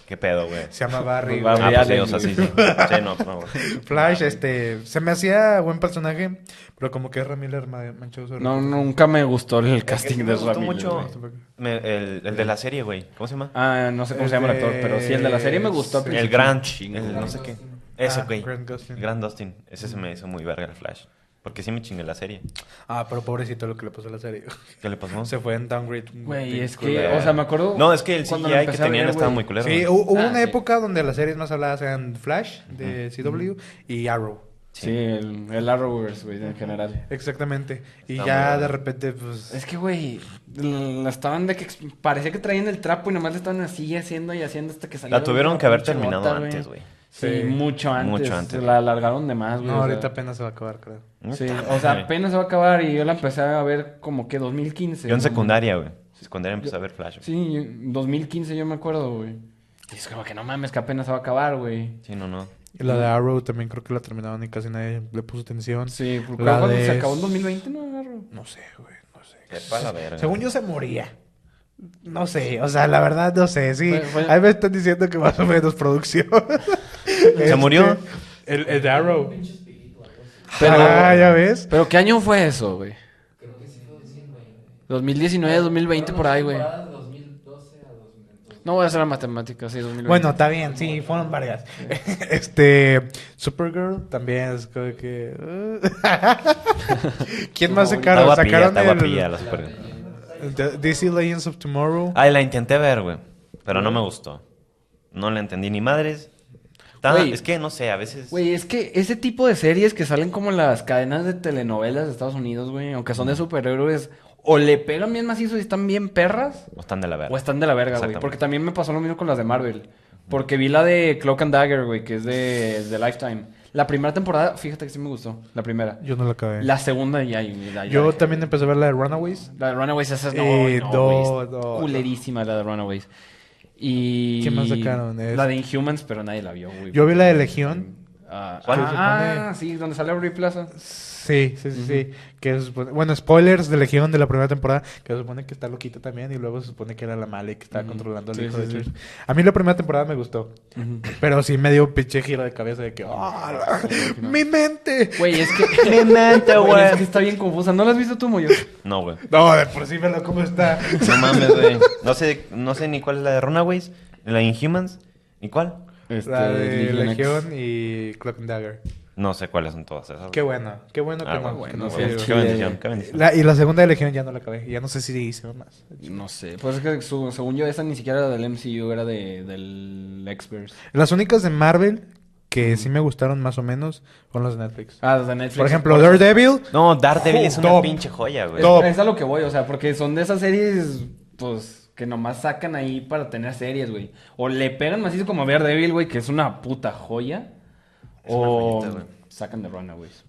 [SPEAKER 3] ¿Qué pedo, güey?
[SPEAKER 1] Se llama Barry.
[SPEAKER 2] Pues
[SPEAKER 1] güey.
[SPEAKER 2] Barry.
[SPEAKER 3] Ah, pues sí,
[SPEAKER 2] Allen,
[SPEAKER 3] o sea, sí, sí.
[SPEAKER 2] güey.
[SPEAKER 3] Sí, no, no, güey.
[SPEAKER 1] Flash, este. Se me hacía buen personaje, pero como que Ramiller ma- manchó su
[SPEAKER 2] No, nunca me gustó el
[SPEAKER 3] Es que
[SPEAKER 2] casting
[SPEAKER 3] sí
[SPEAKER 2] de
[SPEAKER 3] me gustó
[SPEAKER 2] Ramírez.
[SPEAKER 3] mucho
[SPEAKER 2] güey.
[SPEAKER 3] me- el, el de la serie, güey. ¿Cómo se llama?
[SPEAKER 2] Ah, no sé cómo se llama el actor, pero sí, el de la serie me gustó. al
[SPEAKER 1] El
[SPEAKER 3] el
[SPEAKER 2] principio.
[SPEAKER 3] Grant.
[SPEAKER 2] Chingo,
[SPEAKER 3] el
[SPEAKER 2] güey.
[SPEAKER 3] no sé qué. Ese,
[SPEAKER 1] Ah,
[SPEAKER 3] güey.
[SPEAKER 1] Grant Gustin.
[SPEAKER 3] Grant Dustin. Ese se me hizo muy verga el Flash. Porque sí me chingué la serie.
[SPEAKER 1] Ah, pero pobrecito lo que le pasó a la serie.
[SPEAKER 3] ¿Qué le pasó?
[SPEAKER 1] Se fue en downgrade.
[SPEAKER 2] Güey, es que,
[SPEAKER 3] culero.
[SPEAKER 2] o sea, me acuerdo.
[SPEAKER 3] No, es que el
[SPEAKER 2] cuando lo
[SPEAKER 3] CGI que
[SPEAKER 2] empecé a
[SPEAKER 3] tenían
[SPEAKER 2] ver,
[SPEAKER 3] estaba
[SPEAKER 2] güey.
[SPEAKER 3] muy culero.
[SPEAKER 1] Sí,
[SPEAKER 3] güey.
[SPEAKER 1] hu- hubo
[SPEAKER 2] Ah,
[SPEAKER 1] una
[SPEAKER 2] sí.
[SPEAKER 1] época donde las series más habladas eran Flash de CW y Arrow.
[SPEAKER 2] Sí, el, el Arrowverse, güey, en general.
[SPEAKER 1] Exactamente. Y
[SPEAKER 3] Está muy
[SPEAKER 1] ya
[SPEAKER 3] bueno.
[SPEAKER 1] de repente, pues.
[SPEAKER 2] Es que, güey, la estaban de que. ex- Parecía que traían el trapo y nomás le estaban así haciendo y haciendo hasta que salió.
[SPEAKER 3] La tuvieron
[SPEAKER 2] una
[SPEAKER 3] que haber
[SPEAKER 2] pinche
[SPEAKER 3] terminado
[SPEAKER 2] gota,
[SPEAKER 3] antes, güey.
[SPEAKER 2] Sí,
[SPEAKER 1] Sí.
[SPEAKER 2] mucho antes.
[SPEAKER 3] Mucho antes.
[SPEAKER 2] La alargaron de más, güey.
[SPEAKER 1] no,
[SPEAKER 2] o
[SPEAKER 1] ahorita
[SPEAKER 2] sea.
[SPEAKER 1] apenas se va a acabar, creo.
[SPEAKER 2] Sí, o sea, apenas se va a acabar y yo la empecé a ver como que 2015.
[SPEAKER 3] Yo en
[SPEAKER 2] güey.
[SPEAKER 3] secundaria, güey. Secundaria empecé a ver Flash. güey.
[SPEAKER 2] Sí, yo- 2015 yo me acuerdo, güey. Y es como que no mames, que apenas se va a acabar, güey.
[SPEAKER 3] Sí, no, no.
[SPEAKER 1] Y la de Arrow también creo que la terminaron y casi nadie le puso atención.
[SPEAKER 2] Sí, porque
[SPEAKER 1] La
[SPEAKER 2] cuando
[SPEAKER 1] de-
[SPEAKER 2] se acabó en 2020, no agarro.
[SPEAKER 1] No sé, güey, no sé.
[SPEAKER 3] Sepa la verga.
[SPEAKER 1] Según yo se moría. No sé, o sea, la verdad no sé. Sí,
[SPEAKER 2] Fue- fue-
[SPEAKER 1] ahí me están diciendo que más o menos producción. Este,
[SPEAKER 3] murió?
[SPEAKER 1] El, el de Arrow.
[SPEAKER 4] Pinche espíritu, algo así.
[SPEAKER 2] Pero,
[SPEAKER 1] Ah, ya ves.
[SPEAKER 2] pero ¿qué año fue eso, güey?
[SPEAKER 4] Creo que sí fue 2009.
[SPEAKER 2] 2019, 2020, por ahí, güey.
[SPEAKER 4] Temporadas de 2012 a 2012.
[SPEAKER 2] No voy a hacer la matemática, sí, 2020.
[SPEAKER 1] Bueno, está bien, sí, fueron varias. este, Supergirl también es como que. uh. ¿Quién más
[SPEAKER 3] Está
[SPEAKER 1] sacaron?
[SPEAKER 3] guapilla,
[SPEAKER 1] Sacaron
[SPEAKER 3] está guapilla Ah.
[SPEAKER 1] el,
[SPEAKER 3] la super...
[SPEAKER 1] The- DC Legends of Tomorrow.
[SPEAKER 3] Ay, la intenté ver, güey. Pero no me gustó. No la entendí ni madres. Está-
[SPEAKER 2] Güey.
[SPEAKER 3] es que no sé, a veces.
[SPEAKER 2] Güey, es que ese tipo de series que salen como en las cadenas de telenovelas de Estados Unidos, güey, aunque son de superhéroes, o le pegan bien macizo y están bien perras,
[SPEAKER 3] O están de la verga.
[SPEAKER 2] O están de la verga, güey.
[SPEAKER 3] Exactamente.
[SPEAKER 2] Porque también me pasó lo mismo con las de Marvel. Porque vi la de Cloak and Dagger, güey, que es de, de Lifetime. La primera temporada, fíjate que sí me gustó. La primera.
[SPEAKER 1] Yo no la acabé.
[SPEAKER 2] La segunda ya. ya- ya
[SPEAKER 1] Yo
[SPEAKER 2] dejé.
[SPEAKER 1] también empecé a ver la de Runaways.
[SPEAKER 2] La de Runaways, esa es no,
[SPEAKER 1] Eh,
[SPEAKER 2] no,
[SPEAKER 1] no,
[SPEAKER 2] güey, es
[SPEAKER 1] no,
[SPEAKER 2] culerísima la de Runaways. Y.
[SPEAKER 1] ¿Qué más sacaron? Es-
[SPEAKER 2] La de Inhumans, pero nadie la vio, güey.
[SPEAKER 1] Yo vi la de Legión.
[SPEAKER 2] Ah,
[SPEAKER 3] ¿Cuál?
[SPEAKER 2] ah, sí, donde sale Aubrey Plaza.
[SPEAKER 1] Sí, sí, sí, sí. Que se supone- bueno, spoilers de Legión de la primera temporada, que se supone que está loquita también y luego se supone que era la mala y que estaba
[SPEAKER 2] Ujú.
[SPEAKER 1] controlando al
[SPEAKER 2] Sí,
[SPEAKER 1] hijo
[SPEAKER 2] sí,
[SPEAKER 1] de
[SPEAKER 2] sí.
[SPEAKER 1] Trish. A mí la primera temporada me gustó, pero sí me dio un pinche giro de cabeza de que ¡Ah, la- ¡Mi mente!
[SPEAKER 2] Güey, es que.
[SPEAKER 3] Mi mente,
[SPEAKER 2] Güey, es
[SPEAKER 3] güey.
[SPEAKER 2] que está bien confusa. ¿No la has visto tú, Moyo?
[SPEAKER 3] No, güey.
[SPEAKER 1] No, de por sí, velo cómo está.
[SPEAKER 3] No mames, güey. No sé, no sé ni cuál es la de Runaways, ni la de Inhumans, ni cuál.
[SPEAKER 2] Este,
[SPEAKER 1] la de
[SPEAKER 2] Legion X.
[SPEAKER 1] Legión y Clock and Dagger.
[SPEAKER 3] No sé cuáles son todas esas.
[SPEAKER 1] Qué bueno, qué bueno
[SPEAKER 3] Ah,
[SPEAKER 1] que
[SPEAKER 3] bueno,
[SPEAKER 1] no. que
[SPEAKER 2] bueno,
[SPEAKER 1] no
[SPEAKER 2] sí,
[SPEAKER 1] fue-
[SPEAKER 2] es Sí.
[SPEAKER 3] Qué bendición, qué bendición.
[SPEAKER 1] La- y la segunda de Legión ya no la acabé, ya no sé si hicieron más.
[SPEAKER 2] No sé, pues es que su- según yo esa ni siquiera era del MCU, era de, del X-Verse.
[SPEAKER 1] Las únicas de Marvel que sí me gustaron más o menos fueron las de Netflix.
[SPEAKER 2] Ah, de Netflix.
[SPEAKER 1] Por ejemplo,
[SPEAKER 2] eso-
[SPEAKER 1] Daredevil.
[SPEAKER 3] No, Daredevil es una
[SPEAKER 1] Top.
[SPEAKER 3] pinche joya, güey.
[SPEAKER 2] es,
[SPEAKER 1] Top.
[SPEAKER 2] Pues, es a lo que voy, o sea, porque son de esas series, pues, que nomás sacan ahí para tener series, güey. O le pegan macizo como a Daredevil, güey, que es una puta joya.
[SPEAKER 3] Es una
[SPEAKER 2] o
[SPEAKER 3] joyita, güey.
[SPEAKER 2] sacan de Runaways.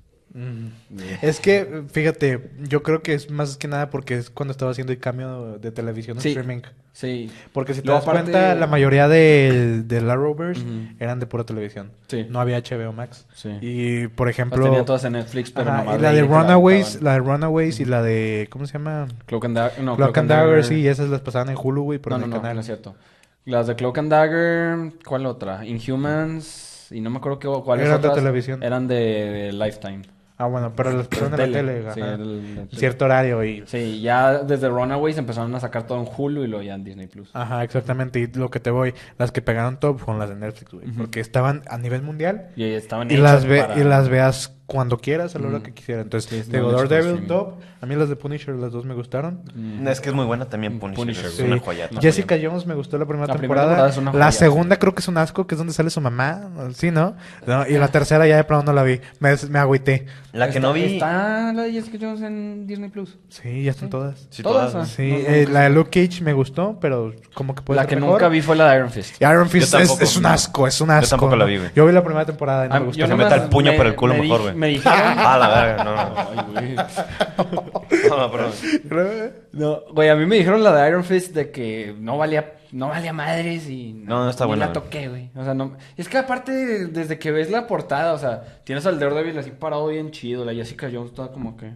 [SPEAKER 1] Es que, fíjate, yo creo que es más que nada porque es cuando estaba haciendo el cambio de televisión a
[SPEAKER 2] Sí.
[SPEAKER 1] streaming.
[SPEAKER 2] Sí.
[SPEAKER 1] Porque si te
[SPEAKER 2] Luego,
[SPEAKER 1] das
[SPEAKER 2] aparte-
[SPEAKER 1] cuenta, la mayoría de, de la Rovers
[SPEAKER 2] Ujú.
[SPEAKER 1] eran de pura televisión.
[SPEAKER 2] Sí.
[SPEAKER 1] No había HBO Max.
[SPEAKER 2] Sí.
[SPEAKER 1] Y, por
[SPEAKER 2] Las
[SPEAKER 1] ejemplo...
[SPEAKER 2] tenía todas en Netflix, pero
[SPEAKER 1] ajá,
[SPEAKER 2] nomás
[SPEAKER 1] y la
[SPEAKER 2] ahí
[SPEAKER 1] de
[SPEAKER 2] te la
[SPEAKER 1] Runaways,
[SPEAKER 2] aventaban.
[SPEAKER 1] la de Runaways y la de... ¿Cómo se llama?
[SPEAKER 2] Cloak and Dagger. No,
[SPEAKER 1] Clock and Dagger, sí, esas las pasaban en Hulu, güey, por
[SPEAKER 2] no,
[SPEAKER 1] el
[SPEAKER 2] no, no,
[SPEAKER 1] canal.
[SPEAKER 2] no es cierto. Las de Cloak and Dagger, ¿cuál otra? Inhumans, y no me acuerdo qué, cuáles
[SPEAKER 1] Eran de
[SPEAKER 2] otras
[SPEAKER 1] televisión.
[SPEAKER 2] Eran de, de Lifetime.
[SPEAKER 1] Ah, bueno, pero las pasaban en la tele,
[SPEAKER 2] Sí,
[SPEAKER 1] ajá.
[SPEAKER 2] del- del-
[SPEAKER 1] Cierto horario y...
[SPEAKER 2] Sí, ya desde Runaways empezaron a sacar todo en Hulu y luego ya en Disney Plus.
[SPEAKER 1] Ajá, exactamente. Y lo que te voy, las que pegaron top fueron las de Netflix, güey.
[SPEAKER 2] Ujú.
[SPEAKER 1] Porque estaban a nivel mundial
[SPEAKER 2] Y ahí estaban
[SPEAKER 1] y
[SPEAKER 2] hechas
[SPEAKER 1] las, ve,
[SPEAKER 2] para-
[SPEAKER 1] y las veas cuando quieras, a la hora
[SPEAKER 2] Ujú.
[SPEAKER 1] que quisieras. Entonces,
[SPEAKER 2] Sí,
[SPEAKER 1] te
[SPEAKER 2] están
[SPEAKER 1] digo,
[SPEAKER 2] hechas para
[SPEAKER 1] Daredevil
[SPEAKER 2] streaming.
[SPEAKER 1] top. A mí las de Punisher, las dos me gustaron.
[SPEAKER 2] Mm.
[SPEAKER 3] Es que es muy buena también Punisher.
[SPEAKER 2] Punisher,
[SPEAKER 3] Es
[SPEAKER 2] sí.
[SPEAKER 3] una joya. también.
[SPEAKER 1] Jessica Jones me gustó la primera
[SPEAKER 2] La primera
[SPEAKER 1] temporada.
[SPEAKER 2] temporada es una
[SPEAKER 1] la
[SPEAKER 2] joya,
[SPEAKER 1] segunda creo que es un asco, que es donde sale su mamá. Sí, ¿no? No, Y la tercera ya de plano no la vi. Me, des- me agüité.
[SPEAKER 3] La que
[SPEAKER 2] Está-
[SPEAKER 3] no vi.
[SPEAKER 2] Está la de Jessica Jones en Disney Plus.
[SPEAKER 1] Sí, ya están todas.
[SPEAKER 3] Sí,
[SPEAKER 2] Todas, ah.
[SPEAKER 1] Sí,
[SPEAKER 2] No, no,
[SPEAKER 1] eh,
[SPEAKER 2] nunca
[SPEAKER 1] la de Luke Cage me gustó, pero como que puede
[SPEAKER 2] La
[SPEAKER 1] ser
[SPEAKER 2] que
[SPEAKER 1] mejor.
[SPEAKER 2] nunca vi fue la de Iron Fist.
[SPEAKER 1] Y Iron Fist
[SPEAKER 3] Yo
[SPEAKER 1] es,
[SPEAKER 3] tampoco.
[SPEAKER 1] es un asco, es un asco.
[SPEAKER 3] tampoco la
[SPEAKER 1] ¿no?
[SPEAKER 3] vi, güey.
[SPEAKER 1] Yo vi la primera temporada y no
[SPEAKER 2] Ah,
[SPEAKER 1] me
[SPEAKER 2] yo
[SPEAKER 1] gustó.
[SPEAKER 3] Se
[SPEAKER 2] nomás
[SPEAKER 3] meta el puño por el culo
[SPEAKER 2] me
[SPEAKER 3] mejor,
[SPEAKER 2] di-
[SPEAKER 3] güey.
[SPEAKER 2] Me dijeron...
[SPEAKER 3] Ah, la verga, no. no.
[SPEAKER 2] Ay, güey.
[SPEAKER 3] No, no, pero-
[SPEAKER 1] "Eh".
[SPEAKER 2] No, güey, a mí me dijeron la de Iron Fist de que no valía, no valía madres y
[SPEAKER 3] No, no está
[SPEAKER 2] ni
[SPEAKER 3] buena,
[SPEAKER 2] la
[SPEAKER 3] güey.
[SPEAKER 2] toqué, güey. O sea, no. Es que aparte, desde que ves la portada, o sea, tienes al Daredevil así parado bien chido, la Jessica Jones toda como que.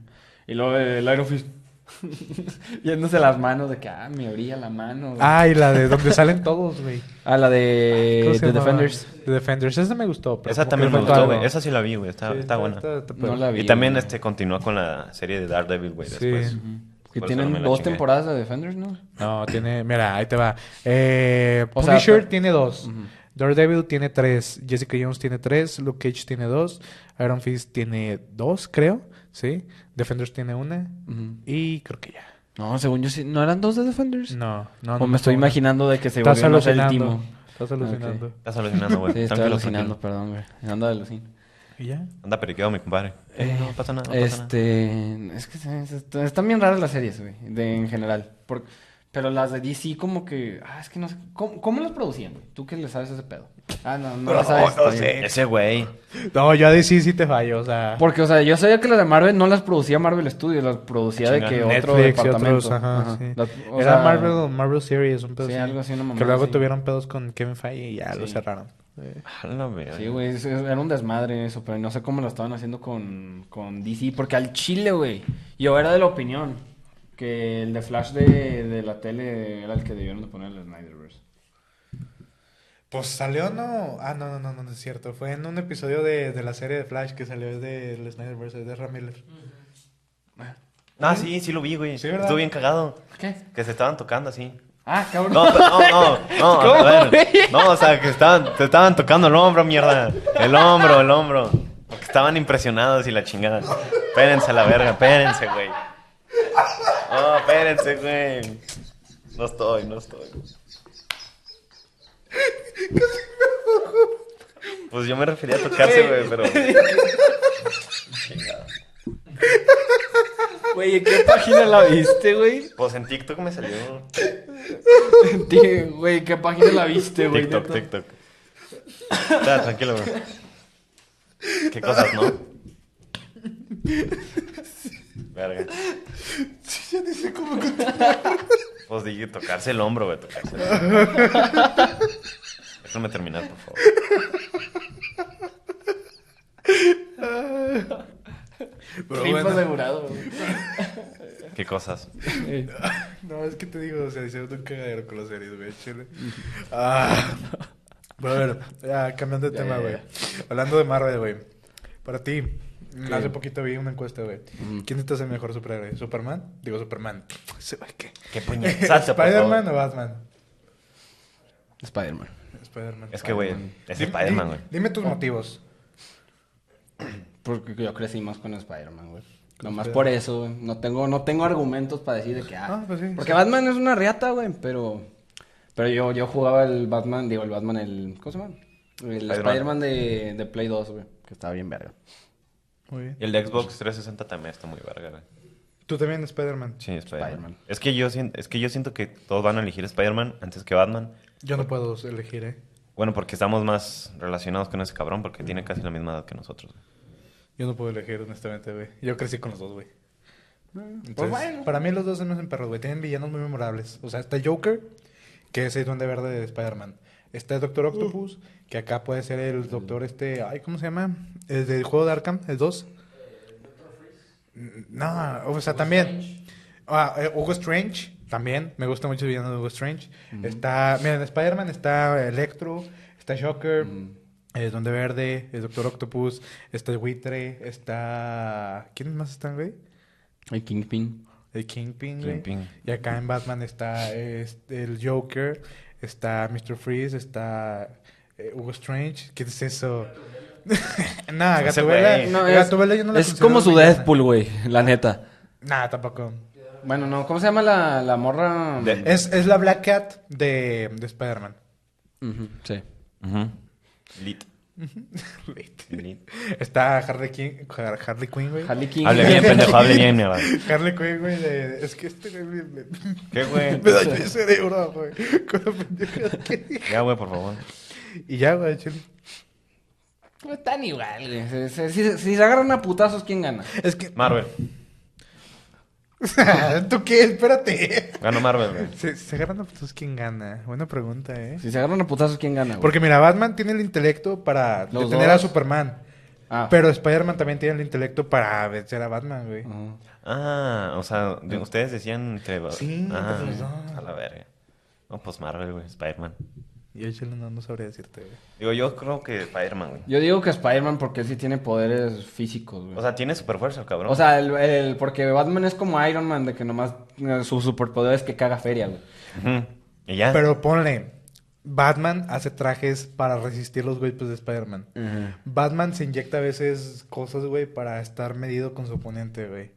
[SPEAKER 2] Y luego eh, el Iron Fist yéndose las manos de que, ah, me brilla la mano. güey.
[SPEAKER 1] Ah, y la de donde salen todos, güey.
[SPEAKER 2] Ah, la
[SPEAKER 1] ¿Cómo
[SPEAKER 2] de
[SPEAKER 1] se
[SPEAKER 2] The
[SPEAKER 1] llamaba?
[SPEAKER 2] Defenders.
[SPEAKER 1] The Defenders, esa me gustó. pero
[SPEAKER 3] Esa
[SPEAKER 1] como
[SPEAKER 3] también
[SPEAKER 1] que
[SPEAKER 3] me
[SPEAKER 1] le faltó
[SPEAKER 3] gustó,
[SPEAKER 1] algo.
[SPEAKER 3] güey. Esa sí la vi, güey. Está,
[SPEAKER 1] Sí,
[SPEAKER 3] está buena.
[SPEAKER 1] está- pero-
[SPEAKER 2] No la vi.
[SPEAKER 3] Y también
[SPEAKER 2] güey.
[SPEAKER 3] este continúa con la serie de Daredevil, güey.
[SPEAKER 1] Sí.
[SPEAKER 3] Después.
[SPEAKER 1] Ujú.
[SPEAKER 2] Que
[SPEAKER 3] Por eso no
[SPEAKER 2] tienen
[SPEAKER 3] me la
[SPEAKER 2] dos
[SPEAKER 3] chingué.
[SPEAKER 2] temporadas de Defenders, ¿no?
[SPEAKER 1] No, tiene. Mira, ahí te va. Eh,
[SPEAKER 2] O sea,
[SPEAKER 1] Punisher
[SPEAKER 2] pero-
[SPEAKER 1] tiene dos. Daredevil tiene tres. Jessica Jones tiene tres. Luke Cage tiene dos. Iron Fist tiene dos, creo. Sí. Defenders tiene una.
[SPEAKER 2] Ujú.
[SPEAKER 1] Y creo que ya.
[SPEAKER 2] No, según yo sí. ¿No eran dos de Defenders?
[SPEAKER 1] No, no.
[SPEAKER 2] o
[SPEAKER 1] no
[SPEAKER 2] me estoy
[SPEAKER 1] una.
[SPEAKER 2] imaginando de que se
[SPEAKER 1] Estás
[SPEAKER 2] volvió no sé, el
[SPEAKER 1] alucinando.
[SPEAKER 2] timo.
[SPEAKER 1] Estás alucinando.
[SPEAKER 3] Estás alucinando, güey.
[SPEAKER 2] Sí, estoy
[SPEAKER 3] Tranquilo,
[SPEAKER 2] alucinando, perdón, güey. Anda de alucin.
[SPEAKER 1] ¿Y ya?
[SPEAKER 3] tranquilo. Anda periqueado, mi compadre. Eh, no pasa nada. No pasa nada.
[SPEAKER 2] Este, es que se- se- est- están bien raras las series, güey, de, en general. Por- pero las de DC como que, ah, es que no sé, ¿cómo, cómo las producían, güey? Tú que le sabes ese pedo. Ah, no, no, le sabes. está bien.
[SPEAKER 3] Ese güey.
[SPEAKER 1] No, yo a decir sí te fallo. O sea.
[SPEAKER 2] Porque, o sea, yo sabía que las de Marvel no las producía Marvel Studios, las producía de
[SPEAKER 3] Chinga.
[SPEAKER 2] que otro
[SPEAKER 1] Ah, Netflix y
[SPEAKER 2] departamento.
[SPEAKER 1] otros, ajá,
[SPEAKER 2] Ajá.
[SPEAKER 1] sí.
[SPEAKER 2] Las- o
[SPEAKER 1] Era
[SPEAKER 2] sea,
[SPEAKER 1] Marvel, Marvel Series, un pedo
[SPEAKER 2] Sí, algo así, una mamada
[SPEAKER 1] Que luego
[SPEAKER 2] así.
[SPEAKER 1] tuvieron pedos con Kevin Feige y ya lo
[SPEAKER 2] Sí.
[SPEAKER 1] cerraron.
[SPEAKER 3] A la verga.
[SPEAKER 2] Sí, güey, es- es- era un desmadre eso, pero no sé cómo lo estaban haciendo con, con DC, porque al chile, güey, yo era de la opinión que el de Flash de, de la tele era el que debieron de poner el Snyderverse.
[SPEAKER 1] Pues salió, no. Ah, no, no, no, no, no es cierto. Fue en un episodio de, de la serie de Flash que salió es de el Snyderverse, es de Ezra Miller.
[SPEAKER 2] Mm.
[SPEAKER 3] Ah, sí, sí lo vi, güey.
[SPEAKER 1] Sí, ¿verdad?
[SPEAKER 3] Estuvo bien cagado.
[SPEAKER 2] ¿Qué?
[SPEAKER 3] Que se estaban tocando así.
[SPEAKER 2] Ah, cabrón.
[SPEAKER 3] No, pero- no, no, no,
[SPEAKER 2] ¿Cómo,
[SPEAKER 3] a ver,
[SPEAKER 2] güey?
[SPEAKER 3] no, o sea, que estaban, te estaban tocando el hombro, mierda, el hombro, el hombro, porque estaban impresionados y la chingada. Espérense a la verga, espérense, güey. No, espérense, güey. No estoy, no estoy. Pues yo me refería a tocarse, güey, pero
[SPEAKER 2] Güey, ¿en qué página la viste, güey?
[SPEAKER 3] pues en TikTok me salió.
[SPEAKER 2] Tío, Güey, ¿en qué página la
[SPEAKER 1] Este
[SPEAKER 2] viste, güey?
[SPEAKER 3] TikTok,
[SPEAKER 2] neta?
[SPEAKER 3] TikTok. Ya, tranquilo, güey. Qué cosas, ¿no? Verga.
[SPEAKER 1] Sí, ya ni sé cómo
[SPEAKER 3] Pues dije, tocarse el hombro, güey, tocarse el hombro. Déjame terminar, por favor.
[SPEAKER 2] Rifa asegurado, güey.
[SPEAKER 3] Qué cosas.
[SPEAKER 2] Eh,
[SPEAKER 1] No, es que te digo, o sea, hicieron un cagadero con las series, güey, chile. Ah. Pero a ver, ya, cambiando de
[SPEAKER 2] Ya,
[SPEAKER 1] tema,
[SPEAKER 2] ya,
[SPEAKER 1] güey.
[SPEAKER 2] ya.
[SPEAKER 1] Hablando de Marvel, güey. Para ti, hace
[SPEAKER 2] ¿Qué?
[SPEAKER 1] poquito vi una encuesta, güey.
[SPEAKER 3] Mm.
[SPEAKER 1] ¿Quién es el mejor superhéroe? ¿Superman? Digo, Superman. Se va que.
[SPEAKER 3] Qué puñetazo, por
[SPEAKER 1] ¿Spider-Man o
[SPEAKER 3] favor.
[SPEAKER 1] Batman?
[SPEAKER 2] Spider-Man.
[SPEAKER 1] Spider-Man.
[SPEAKER 3] Es que, güey, es
[SPEAKER 1] Dime-
[SPEAKER 3] Spider-Man,
[SPEAKER 1] di-
[SPEAKER 3] güey.
[SPEAKER 1] Dime tus motivos.
[SPEAKER 2] Porque yo crecí más con Spider-Man, güey. Nomás por eso, güey. No tengo, no tengo argumentos para decir de que, ah,
[SPEAKER 1] Ah, pues sí,
[SPEAKER 2] porque
[SPEAKER 1] sí.
[SPEAKER 2] Batman es una riata, güey, pero... Pero yo, yo jugaba el Batman, digo, el Batman, el... ¿Cómo se llama? El
[SPEAKER 3] Spider-Man.
[SPEAKER 2] Spider-Man de, de Play 2, güey, que estaba bien verga.
[SPEAKER 1] Muy bien.
[SPEAKER 3] Y el de Xbox 360 también está muy verga, güey.
[SPEAKER 1] Tú también, Spider-Man.
[SPEAKER 3] Sí, Spider-Man.
[SPEAKER 2] Spider-Man.
[SPEAKER 3] es, que yo, sien- es que yo siento que todos van a elegir Spider-Man antes que Batman.
[SPEAKER 1] Yo no puedo elegir, ¿eh?
[SPEAKER 3] Bueno, porque estamos más relacionados con ese cabrón porque tiene casi la misma edad que nosotros. güey.
[SPEAKER 1] Yo no puedo elegir, honestamente, güey. Yo crecí con los dos, güey. Entonces,
[SPEAKER 2] bueno.
[SPEAKER 1] Para mí los dos se me hacen perros, güey. Tienen villanos muy memorables. O sea, está Joker, que es el duende verde de Spider-Man. Está el Doctor Octopus, que acá puede ser el doctor este... Ay, ¿cómo se llama? El del juego de Arkham, el 2. No, o sea, también... Ah, eh, Hugo Strange, también. Me gusta mucho el villano de Hugo Strange. Está... Mira, en Spider-Man está Electro, está Joker... El Duende Verde, el Doctor Octopus, está el Buitre, está... ¿Quiénes más están, güey?
[SPEAKER 2] El Kingpin.
[SPEAKER 1] El Kingpin, güey.
[SPEAKER 3] Kingpin.
[SPEAKER 1] Y acá en Batman está este, el Joker, está Mr. Freeze, está eh, Hugo Strange. ¿Qué es eso? Nada,
[SPEAKER 3] Ese
[SPEAKER 1] Gatubela.
[SPEAKER 3] güey.
[SPEAKER 2] No, es-
[SPEAKER 1] Gatubela yo no la
[SPEAKER 2] es
[SPEAKER 1] considero
[SPEAKER 2] como su
[SPEAKER 1] villana.
[SPEAKER 2] Deadpool, güey, la neta.
[SPEAKER 1] Nah, tampoco.
[SPEAKER 2] Bueno, no, ¿cómo se llama la, la morra?
[SPEAKER 3] De-
[SPEAKER 1] Es, es la Black Cat de, de Spider-Man.
[SPEAKER 2] Ujú, sí.
[SPEAKER 3] Ujú. Lit. Lit.
[SPEAKER 1] está Harley, King, Har- Harley Quinn, güey.
[SPEAKER 2] Harley Quinn.
[SPEAKER 3] Hable bien, pendejo, hable bien, mierda.
[SPEAKER 1] Harley Quinn, güey. de- Es que este güey me, me-
[SPEAKER 3] ¿Qué, güey?
[SPEAKER 1] me dañó el cerebro, güey. Con la pendejada que dije.
[SPEAKER 3] Ya, güey, por favor.
[SPEAKER 1] Y ya, güey, chile.
[SPEAKER 2] No están igual, güey. Se- se- Si, si se agarran a putazos, ¿quién gana?
[SPEAKER 1] Es que...
[SPEAKER 3] Marvel.
[SPEAKER 1] ¿Tú qué? Espérate.
[SPEAKER 3] Ganó Marvel, güey.
[SPEAKER 1] Se, se agarran a putos quién gana. Buena pregunta, ¿eh?
[SPEAKER 2] Si se agarran a putazos, ¿quién gana, güey?
[SPEAKER 1] Porque mira, Batman tiene el intelecto para
[SPEAKER 2] Los
[SPEAKER 1] detener
[SPEAKER 2] dos.
[SPEAKER 1] a Superman.
[SPEAKER 2] Ah.
[SPEAKER 1] Pero Spider-Man también tiene el intelecto para vencer a Batman, güey.
[SPEAKER 2] Ajá.
[SPEAKER 3] Ah, o sea, de- ustedes decían que...
[SPEAKER 1] Sí,
[SPEAKER 3] ah,
[SPEAKER 1] pues, no.
[SPEAKER 3] a la verga. No, pues Marvel, güey, Spider-Man.
[SPEAKER 1] Yo, chile, no, no sabría decirte, güey.
[SPEAKER 3] Digo, yo creo que Spider-Man, güey.
[SPEAKER 2] Yo digo que Spider-Man porque él sí tiene poderes físicos, güey.
[SPEAKER 3] O sea, tiene super fuerza el cabrón.
[SPEAKER 2] O sea, el, el- porque Batman es como Iron Man, de que nomás eh, su superpoder es que caga feria, güey.
[SPEAKER 3] Ujú. Y ya.
[SPEAKER 1] Pero ponle, Batman hace trajes para resistir los golpes de Spider-Man. Batman se inyecta a veces cosas, güey, para estar medido con su oponente, güey.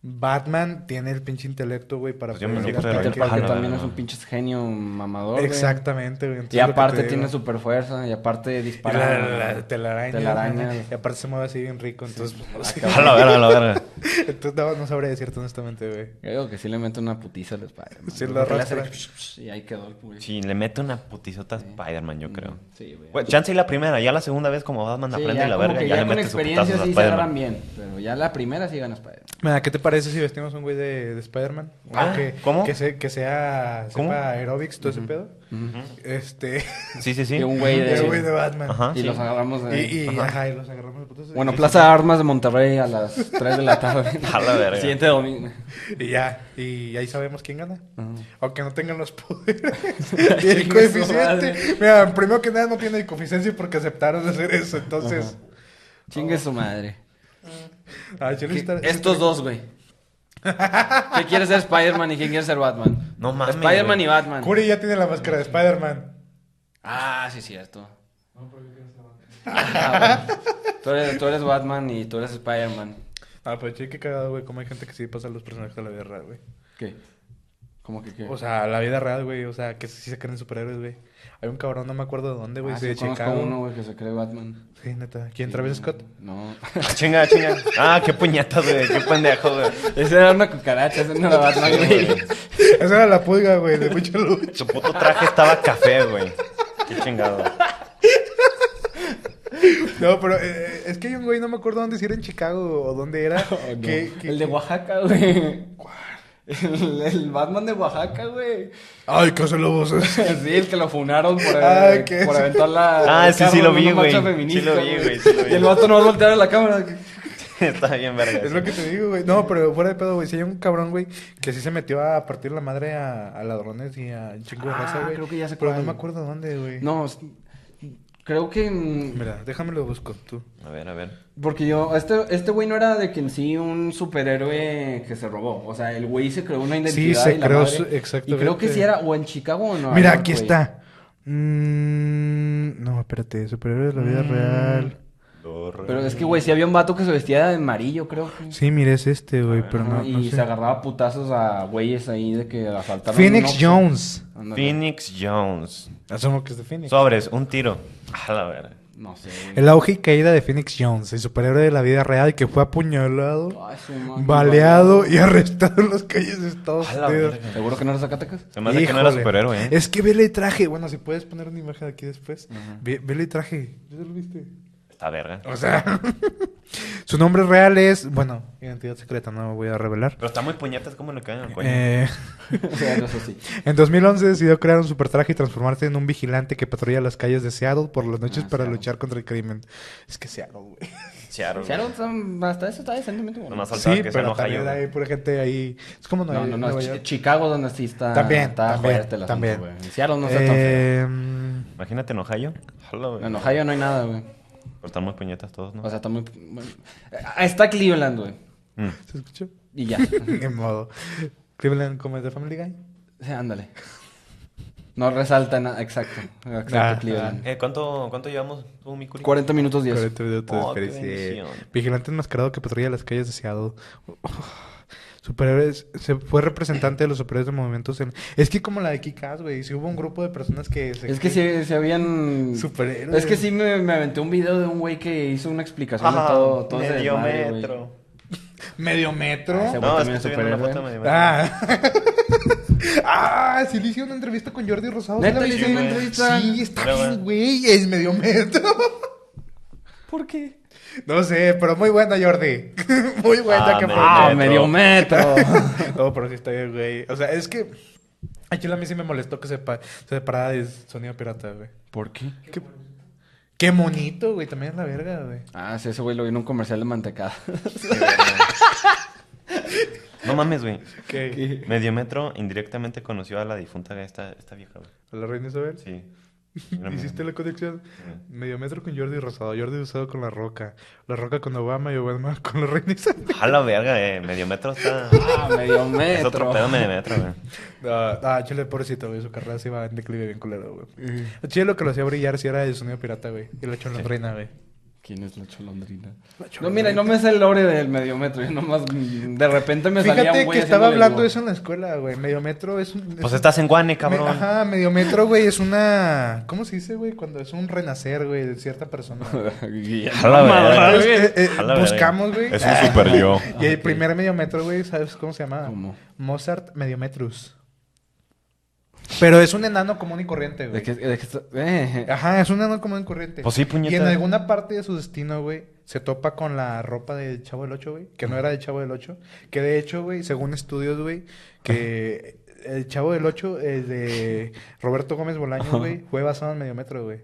[SPEAKER 1] Batman tiene el pinche intelecto, güey, para
[SPEAKER 3] Pues yo me
[SPEAKER 1] poder
[SPEAKER 3] inyecto de
[SPEAKER 1] atacar
[SPEAKER 2] Peter
[SPEAKER 3] Pero-
[SPEAKER 2] Parker
[SPEAKER 1] cualquier-
[SPEAKER 3] Ah, no,
[SPEAKER 2] también
[SPEAKER 3] no,
[SPEAKER 2] es
[SPEAKER 3] no.
[SPEAKER 2] un pinche genio mamador, güey.
[SPEAKER 1] Exactamente, güey.
[SPEAKER 2] Y
[SPEAKER 1] Entonces, lo que
[SPEAKER 2] aparte
[SPEAKER 1] te
[SPEAKER 2] tiene
[SPEAKER 1] digo.
[SPEAKER 2] super fuerza, y aparte
[SPEAKER 1] Y
[SPEAKER 2] dispara.
[SPEAKER 1] la, la- la telaraña.
[SPEAKER 2] Telaraña. Ah,
[SPEAKER 1] Y aparte se mueve así bien rico, entonces... pues, no sé.
[SPEAKER 3] A la verga, a la verga.
[SPEAKER 1] Entonces no, no sabría decirte honestamente, güey.
[SPEAKER 2] Yo digo que sí le mete una putiza al Spider-Man.
[SPEAKER 1] Sí, lo
[SPEAKER 2] Porque le hace
[SPEAKER 1] arrastra.
[SPEAKER 2] Y ahí quedó el pulso.
[SPEAKER 3] Sí, le mete una putizota a Spider-Man,
[SPEAKER 2] Mm.
[SPEAKER 3] yo creo.
[SPEAKER 2] Sí, güey.
[SPEAKER 3] Güey, chance y la primera, ya la segunda vez como Batman
[SPEAKER 2] Sí,
[SPEAKER 3] aprende
[SPEAKER 2] ya
[SPEAKER 3] y la
[SPEAKER 2] como
[SPEAKER 3] verga,
[SPEAKER 2] que
[SPEAKER 3] ya,
[SPEAKER 2] ya
[SPEAKER 3] le
[SPEAKER 2] con
[SPEAKER 3] mete su putazo
[SPEAKER 2] experiencia
[SPEAKER 3] a
[SPEAKER 2] sí se
[SPEAKER 3] Spider-Man.
[SPEAKER 2] agarran bien, pero ya la primera sí gana Spider-Man.
[SPEAKER 1] Mira, ¿qué te parece si vestimos un güey de, de Spider-Man? Uno
[SPEAKER 3] Ah,
[SPEAKER 1] que,
[SPEAKER 3] ¿cómo?
[SPEAKER 1] Que, se- que sea...
[SPEAKER 3] ¿Cómo?
[SPEAKER 1] Sepa aerobics, todo ese pedo. Este...
[SPEAKER 3] Sí, sí, sí.
[SPEAKER 2] Y un güey
[SPEAKER 1] El güey
[SPEAKER 2] de...
[SPEAKER 1] de Batman.
[SPEAKER 3] Ajá.
[SPEAKER 2] Y
[SPEAKER 3] Ah, sí.
[SPEAKER 2] los agarramos
[SPEAKER 1] Y,
[SPEAKER 2] de...
[SPEAKER 1] y, ajá, y los agarramos de putos.
[SPEAKER 2] Bueno, Plaza Armas de Monterrey a las 3 de la tarde.
[SPEAKER 3] A la verga.
[SPEAKER 2] Siguiente domingo.
[SPEAKER 1] Y ya, y ahí sabemos quién gana. Aunque no tengan los poderes. y
[SPEAKER 2] Chingue
[SPEAKER 1] el
[SPEAKER 2] su
[SPEAKER 1] coeficiente.
[SPEAKER 2] madre.
[SPEAKER 1] Mira, primero que nada no tiene el coeficiente porque aceptaron hacer eso. Entonces,
[SPEAKER 2] Chingue su madre.
[SPEAKER 1] ah, yo le
[SPEAKER 2] ¿Qué-
[SPEAKER 1] estar-
[SPEAKER 2] Estos dos, güey. ¿Quién quiere ser Spider-Man y quién quiere ser Batman?
[SPEAKER 3] No mames,
[SPEAKER 2] Spider-Man
[SPEAKER 3] güey.
[SPEAKER 2] y Batman.
[SPEAKER 1] Curi ya tiene la máscara de Spider-Man.
[SPEAKER 2] Ah, sí, cierto.
[SPEAKER 4] No, pero yo quiero ser Batman.
[SPEAKER 2] Ah, bueno. tú, eres, tú eres Batman y tú eres Spider-Man.
[SPEAKER 1] Ah, pues che, qué cagado, güey. Como hay gente que sí pasa los personajes a la vida real, güey.
[SPEAKER 2] ¿Qué? ¿Cómo que qué?
[SPEAKER 1] O sea, la vida real, güey. O sea, que sí se creen superhéroes, güey. Hay un cabrón, no me acuerdo de dónde, güey.
[SPEAKER 2] Ah,
[SPEAKER 1] sí,
[SPEAKER 2] sí,
[SPEAKER 1] de
[SPEAKER 2] conozco
[SPEAKER 1] Chicago.
[SPEAKER 2] uno, güey, que se cree Batman.
[SPEAKER 1] Sí, neta. ¿Quién? Travis Scott.
[SPEAKER 2] No.
[SPEAKER 3] Ah, Chinga, chinga. Ah, qué puñetas, güey. Qué pendejo, güey.
[SPEAKER 2] ese era una cucaracha, ese no era Batman, güey.
[SPEAKER 1] Esa era la pulga, güey, de mucha lucha.
[SPEAKER 3] Su puto traje estaba café, güey. Qué chingado.
[SPEAKER 1] No, pero eh, es que hay un güey, no me acuerdo dónde, si era en Chicago o dónde era.
[SPEAKER 2] Oh, no.
[SPEAKER 1] que, que-
[SPEAKER 2] El de Oaxaca, güey. El, el Batman de Oaxaca, güey.
[SPEAKER 1] Ay, qué hace lobos.
[SPEAKER 2] Sí, el que lo funaron por,
[SPEAKER 1] Ah,
[SPEAKER 2] eh,
[SPEAKER 1] ¿qué?
[SPEAKER 2] por aventar la.
[SPEAKER 3] Ah,
[SPEAKER 2] el
[SPEAKER 3] sí,
[SPEAKER 2] carro
[SPEAKER 3] sí lo
[SPEAKER 2] en
[SPEAKER 3] vi,
[SPEAKER 2] una marcha
[SPEAKER 3] güey.
[SPEAKER 2] feminista,
[SPEAKER 3] Sí lo vi, güey, sí lo vi.
[SPEAKER 2] Y el vato no voltear a la cámara.
[SPEAKER 3] Estaba bien verga.
[SPEAKER 1] Es lo que te digo, güey. No, pero fuera de pedo, güey. Si hay un cabrón, güey, que sí se metió a partir la madre a, a ladrones y a un chingo de
[SPEAKER 2] Ah,
[SPEAKER 1] raza, güey.
[SPEAKER 2] creo que ya sé
[SPEAKER 1] Pero
[SPEAKER 2] cuál.
[SPEAKER 1] no me acuerdo dónde, güey.
[SPEAKER 2] No, es- creo que. mm,
[SPEAKER 1] Mira, déjamelo busco tú.
[SPEAKER 3] A ver, a ver.
[SPEAKER 2] Porque yo. Este este güey no era de que en sí un superhéroe que se robó. O sea, el güey se creó una identidad.
[SPEAKER 1] se
[SPEAKER 2] y la
[SPEAKER 1] creó
[SPEAKER 2] madre.
[SPEAKER 1] su-
[SPEAKER 2] Y creo que
[SPEAKER 1] exactamente.
[SPEAKER 2] sí era o en Chicago o en Nueva
[SPEAKER 1] Mira,
[SPEAKER 2] York,
[SPEAKER 1] aquí
[SPEAKER 2] güey.
[SPEAKER 1] está. Mm, no, espérate. Superhéroes de la
[SPEAKER 2] Mm.
[SPEAKER 1] vida real.
[SPEAKER 2] Pero es que, güey, sí había un vato que se vestía de amarillo, creo. que.
[SPEAKER 1] Sí, mire, es este, güey, pero
[SPEAKER 2] Ajá,
[SPEAKER 1] no,
[SPEAKER 2] Ah, y
[SPEAKER 1] no
[SPEAKER 2] se
[SPEAKER 1] sé.
[SPEAKER 2] agarraba a putazos a güeyes ahí de que asaltaron.
[SPEAKER 1] Phoenix
[SPEAKER 2] un Oxxo.
[SPEAKER 1] Jones.
[SPEAKER 2] Ándale.
[SPEAKER 3] Phoenix Jones.
[SPEAKER 1] Asumo que es de Phoenix.
[SPEAKER 3] Sobres, un tiro. A la verga.
[SPEAKER 2] No sé, güey.
[SPEAKER 1] El auge y caída de Phoenix Jones, el superhéroe de la vida real que fue apuñalado,
[SPEAKER 2] Ay, su madre.
[SPEAKER 1] baleado y arrestado en las calles de Estados
[SPEAKER 3] A la
[SPEAKER 1] Unidos.
[SPEAKER 3] verga.
[SPEAKER 2] ¿Seguro que no era Zacatecas?
[SPEAKER 3] Se me hace que no era
[SPEAKER 1] Híjole.
[SPEAKER 3] superhéroe, ¿eh?
[SPEAKER 1] Es que vele el traje. Bueno, si puedes poner una imagen aquí después. Ve, vele el traje. ¿Ya lo viste?
[SPEAKER 3] Está verga.
[SPEAKER 1] O sea, Su nombre real es, bueno, identidad secreta, no me voy a revelar.
[SPEAKER 3] Pero está muy puñetas como le caen al coño.
[SPEAKER 1] Eh,
[SPEAKER 2] O sea, no es así.
[SPEAKER 1] en 2011 decidió crear un supertraje y transformarse en un vigilante que patrulla las calles de Seattle por las noches
[SPEAKER 2] Ah,
[SPEAKER 1] para
[SPEAKER 2] Seattle.
[SPEAKER 1] luchar contra el crimen. Es que Seattle, güey.
[SPEAKER 3] Seattle.
[SPEAKER 2] Seattle está- hasta eso está decentemente bueno.
[SPEAKER 3] Nomás faltaba
[SPEAKER 1] Sí,
[SPEAKER 3] que sea en
[SPEAKER 1] pero
[SPEAKER 3] Ohio.
[SPEAKER 1] también hay pura gente ahí. Es como Nueva,
[SPEAKER 2] No, no, no.
[SPEAKER 1] Nueva
[SPEAKER 2] es Chi-
[SPEAKER 1] York.
[SPEAKER 2] Chicago donde sí está.
[SPEAKER 1] También,
[SPEAKER 2] está
[SPEAKER 1] también,
[SPEAKER 2] fuerte el asunto,
[SPEAKER 1] también.
[SPEAKER 2] güey. En Seattle no está tan feo.
[SPEAKER 1] Eh,
[SPEAKER 3] Imagínate en Ohio. Jalo, güey.
[SPEAKER 2] En Ohio no hay nada, güey.
[SPEAKER 3] Pero están muy puñetas todos, ¿no?
[SPEAKER 2] O sea, está muy. bueno. Ah, Está Cleveland, güey.
[SPEAKER 3] Mm.
[SPEAKER 1] ¿Se escuchó?
[SPEAKER 2] Y ya.
[SPEAKER 1] Ni modo. Cleveland como de Family Guy.
[SPEAKER 2] Sí, Ándale. No resalta nada. Exacto. Exacto,
[SPEAKER 1] Ah,
[SPEAKER 2] Cleveland.
[SPEAKER 3] Eh, ¿cuánto, ¿Cuánto llevamos, tú, mi curi?
[SPEAKER 2] 40 minutos 10.
[SPEAKER 1] 40 minutos de
[SPEAKER 3] Oh, qué
[SPEAKER 1] experiencia.
[SPEAKER 3] bendición.
[SPEAKER 1] Vigilante enmascarado que patrulla las calles de Seattle. Superhéroes. Se fue representante de los superhéroes de movimientos. En... Es que como la de Kikas, güey. Si hubo un grupo de personas que. se-
[SPEAKER 2] Es que si, si habían.
[SPEAKER 1] Este, Superhéroes.
[SPEAKER 2] Es que sí me, me aventé un video de un güey que hizo una explicación de
[SPEAKER 3] Ajá,
[SPEAKER 2] todo, todo ese
[SPEAKER 3] medio
[SPEAKER 2] desmadre, güey.
[SPEAKER 3] metro.
[SPEAKER 1] Medio metro.
[SPEAKER 2] Ah, ese güey
[SPEAKER 3] No, es
[SPEAKER 2] también
[SPEAKER 3] que
[SPEAKER 2] es
[SPEAKER 3] estoy viendo una
[SPEAKER 2] superhéroe.
[SPEAKER 3] foto de medio metro.
[SPEAKER 1] Ah. ah, sí le hice una entrevista con Jordi Rosado. ¿sí
[SPEAKER 2] Neta,
[SPEAKER 1] la
[SPEAKER 2] le
[SPEAKER 1] viste?
[SPEAKER 2] hice una
[SPEAKER 3] güey.
[SPEAKER 2] entrevista.
[SPEAKER 1] Sí, está
[SPEAKER 3] Luego.
[SPEAKER 1] bien, güey. Es medio metro.
[SPEAKER 2] ¿Por qué?
[SPEAKER 1] No sé, pero muy buena, Jordi. muy buena
[SPEAKER 3] Ah,
[SPEAKER 1] que
[SPEAKER 3] me-
[SPEAKER 1] fue.
[SPEAKER 2] Ah,
[SPEAKER 3] Metro.
[SPEAKER 2] medio metro.
[SPEAKER 1] No, pero sí está bien, güey. O sea, es que. Ay, chula, a mí sí me molestó que se, pa- se separara de sonido pirata, güey.
[SPEAKER 2] ¿Por qué?
[SPEAKER 1] Qué, qué monito, güey. También es la verga, güey.
[SPEAKER 2] Ah, sí, ese güey lo vi en un comercial de mantecada.
[SPEAKER 3] No mames, güey.
[SPEAKER 1] ¿Qué?
[SPEAKER 3] Mediometro indirectamente conoció a la difunta esta, esta vieja, güey.
[SPEAKER 1] ¿A la reina Isabel?
[SPEAKER 3] Sí.
[SPEAKER 1] ¿Hiciste la conexión?
[SPEAKER 3] Sí.
[SPEAKER 1] Medio metro con Jordi Rosado, Jordi Rosado con La Roca, La Roca con Obama y Obama con la reina Isabel.
[SPEAKER 3] A la verga, eh. Mediometro está.
[SPEAKER 2] Ah, medio
[SPEAKER 3] Es otro
[SPEAKER 2] metro.
[SPEAKER 3] pedo Mediometro, güey.
[SPEAKER 1] No, ah, chile, pobrecito, güey. Su carrera se iba en declive bien culero, güey. Lo Chile lo que lo hacía brillar si era el sonido pirata, güey. Y la cholondrina, güey.
[SPEAKER 2] ¿Quién es la cholondrina? No, mira, no me sé el lore del medio metro. Yo nomás mm, de repente me salía un
[SPEAKER 1] Fíjate
[SPEAKER 2] güey
[SPEAKER 1] que estaba
[SPEAKER 2] haciéndole
[SPEAKER 1] hablando
[SPEAKER 2] yo.
[SPEAKER 1] eso en la escuela, güey. Medio metro es un. es
[SPEAKER 3] Pues
[SPEAKER 1] un-
[SPEAKER 3] estás en Guane, cabrón.
[SPEAKER 1] Me- ajá, medio metro, güey, es una. ¿Cómo se dice, güey? Cuando es un renacer, güey, de cierta persona.
[SPEAKER 2] Y-
[SPEAKER 3] A la verga.
[SPEAKER 1] ¿Sabes? Eh, eh,
[SPEAKER 3] A la verga.
[SPEAKER 1] buscamos, güey. Ah,
[SPEAKER 5] Es un super yo.
[SPEAKER 1] Y el
[SPEAKER 2] ok.
[SPEAKER 1] primer medio metro, güey, ¿sabes cómo se llamaba?
[SPEAKER 2] ¿Cómo?
[SPEAKER 1] Mozart Mediometrus. Pero es un enano común y corriente,
[SPEAKER 2] De
[SPEAKER 1] güey.
[SPEAKER 2] que- de que esto- eh,
[SPEAKER 1] Ajá, es un enano común y corriente.
[SPEAKER 3] Pues sí, puñeta.
[SPEAKER 1] Y en alguna parte de su destino, güey, se topa con la ropa del Chavo del Ocho, güey. Que no era del Chavo del Ocho. Que de hecho, güey, según estudios, güey, que el Chavo del Ocho, el de Roberto Gómez Bolaño, güey, fue basado en Mediometro, güey.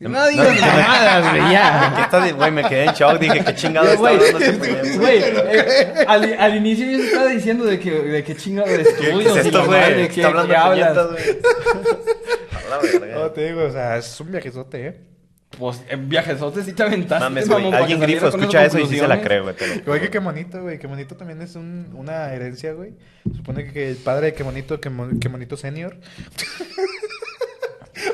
[SPEAKER 2] No digas mamadas, güey,
[SPEAKER 3] ¿Qué
[SPEAKER 2] ya.
[SPEAKER 3] estás- Güey, me quedé en shock. Dije, qué chingado está
[SPEAKER 2] Güey,
[SPEAKER 3] hablando este pendejo?
[SPEAKER 2] Güey, eh, al, al inicio yo estaba diciendo de que, de que chingado de
[SPEAKER 3] ¿Qué
[SPEAKER 2] estudios.
[SPEAKER 3] es
[SPEAKER 2] y la
[SPEAKER 3] esto, güey?
[SPEAKER 2] madre,
[SPEAKER 3] ¿Qué
[SPEAKER 2] ¿qué-
[SPEAKER 3] Está hablando
[SPEAKER 2] qué hablas?
[SPEAKER 3] puñetas, güey. A la
[SPEAKER 1] No,
[SPEAKER 3] verga.
[SPEAKER 1] Oh, te digo, o sea, es un viajezote, ¿eh?
[SPEAKER 2] Pues en viajesotes sí te aventaste.
[SPEAKER 3] Mames,
[SPEAKER 2] mamón,
[SPEAKER 3] güey.
[SPEAKER 2] para que
[SPEAKER 3] Alguien grifo
[SPEAKER 2] salieras con
[SPEAKER 3] escucha
[SPEAKER 2] esas
[SPEAKER 3] eso y sí se la
[SPEAKER 2] conclusiones.
[SPEAKER 3] cree, güey. te lo
[SPEAKER 1] Igual que
[SPEAKER 3] juro.
[SPEAKER 1] Quemonito, güey. Quemonito también es un- una herencia, güey. Supone que el padre de Quemonito, Quemo- Quemonito Senior.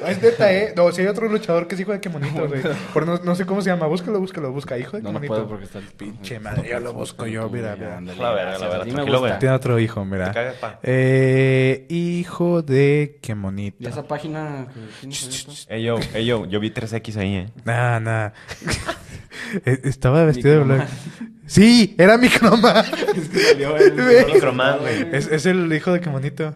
[SPEAKER 1] es neta, ¿eh? No, si hay otro luchador que es hijo de Quemonito, güey. Pero no, no sé cómo se llama. Búscalo, búscalo, busca. Hijo de
[SPEAKER 2] No, no
[SPEAKER 1] Quemonito.
[SPEAKER 2] puedo porque está el pinche.
[SPEAKER 1] madre, yo lo busco yo, mira, mira.
[SPEAKER 3] La verga, la verga,
[SPEAKER 2] Dime,
[SPEAKER 3] tranquilo, güey.
[SPEAKER 1] Tiene otro hijo,
[SPEAKER 3] Te
[SPEAKER 1] mira.
[SPEAKER 3] cagas, pa.
[SPEAKER 1] Eh, hijo de
[SPEAKER 2] Y
[SPEAKER 1] Quemonito.
[SPEAKER 2] esa página que tienes abierta?
[SPEAKER 3] Ey, yo, ey, yo, yo vi 3X ahí, eh.
[SPEAKER 1] Nah, nah. Eh, Estaba vestido de blanco. Sí, era microma.
[SPEAKER 2] salió el-
[SPEAKER 1] Ve.
[SPEAKER 3] Microman, güey.
[SPEAKER 1] Es, es el hijo de Quemonito.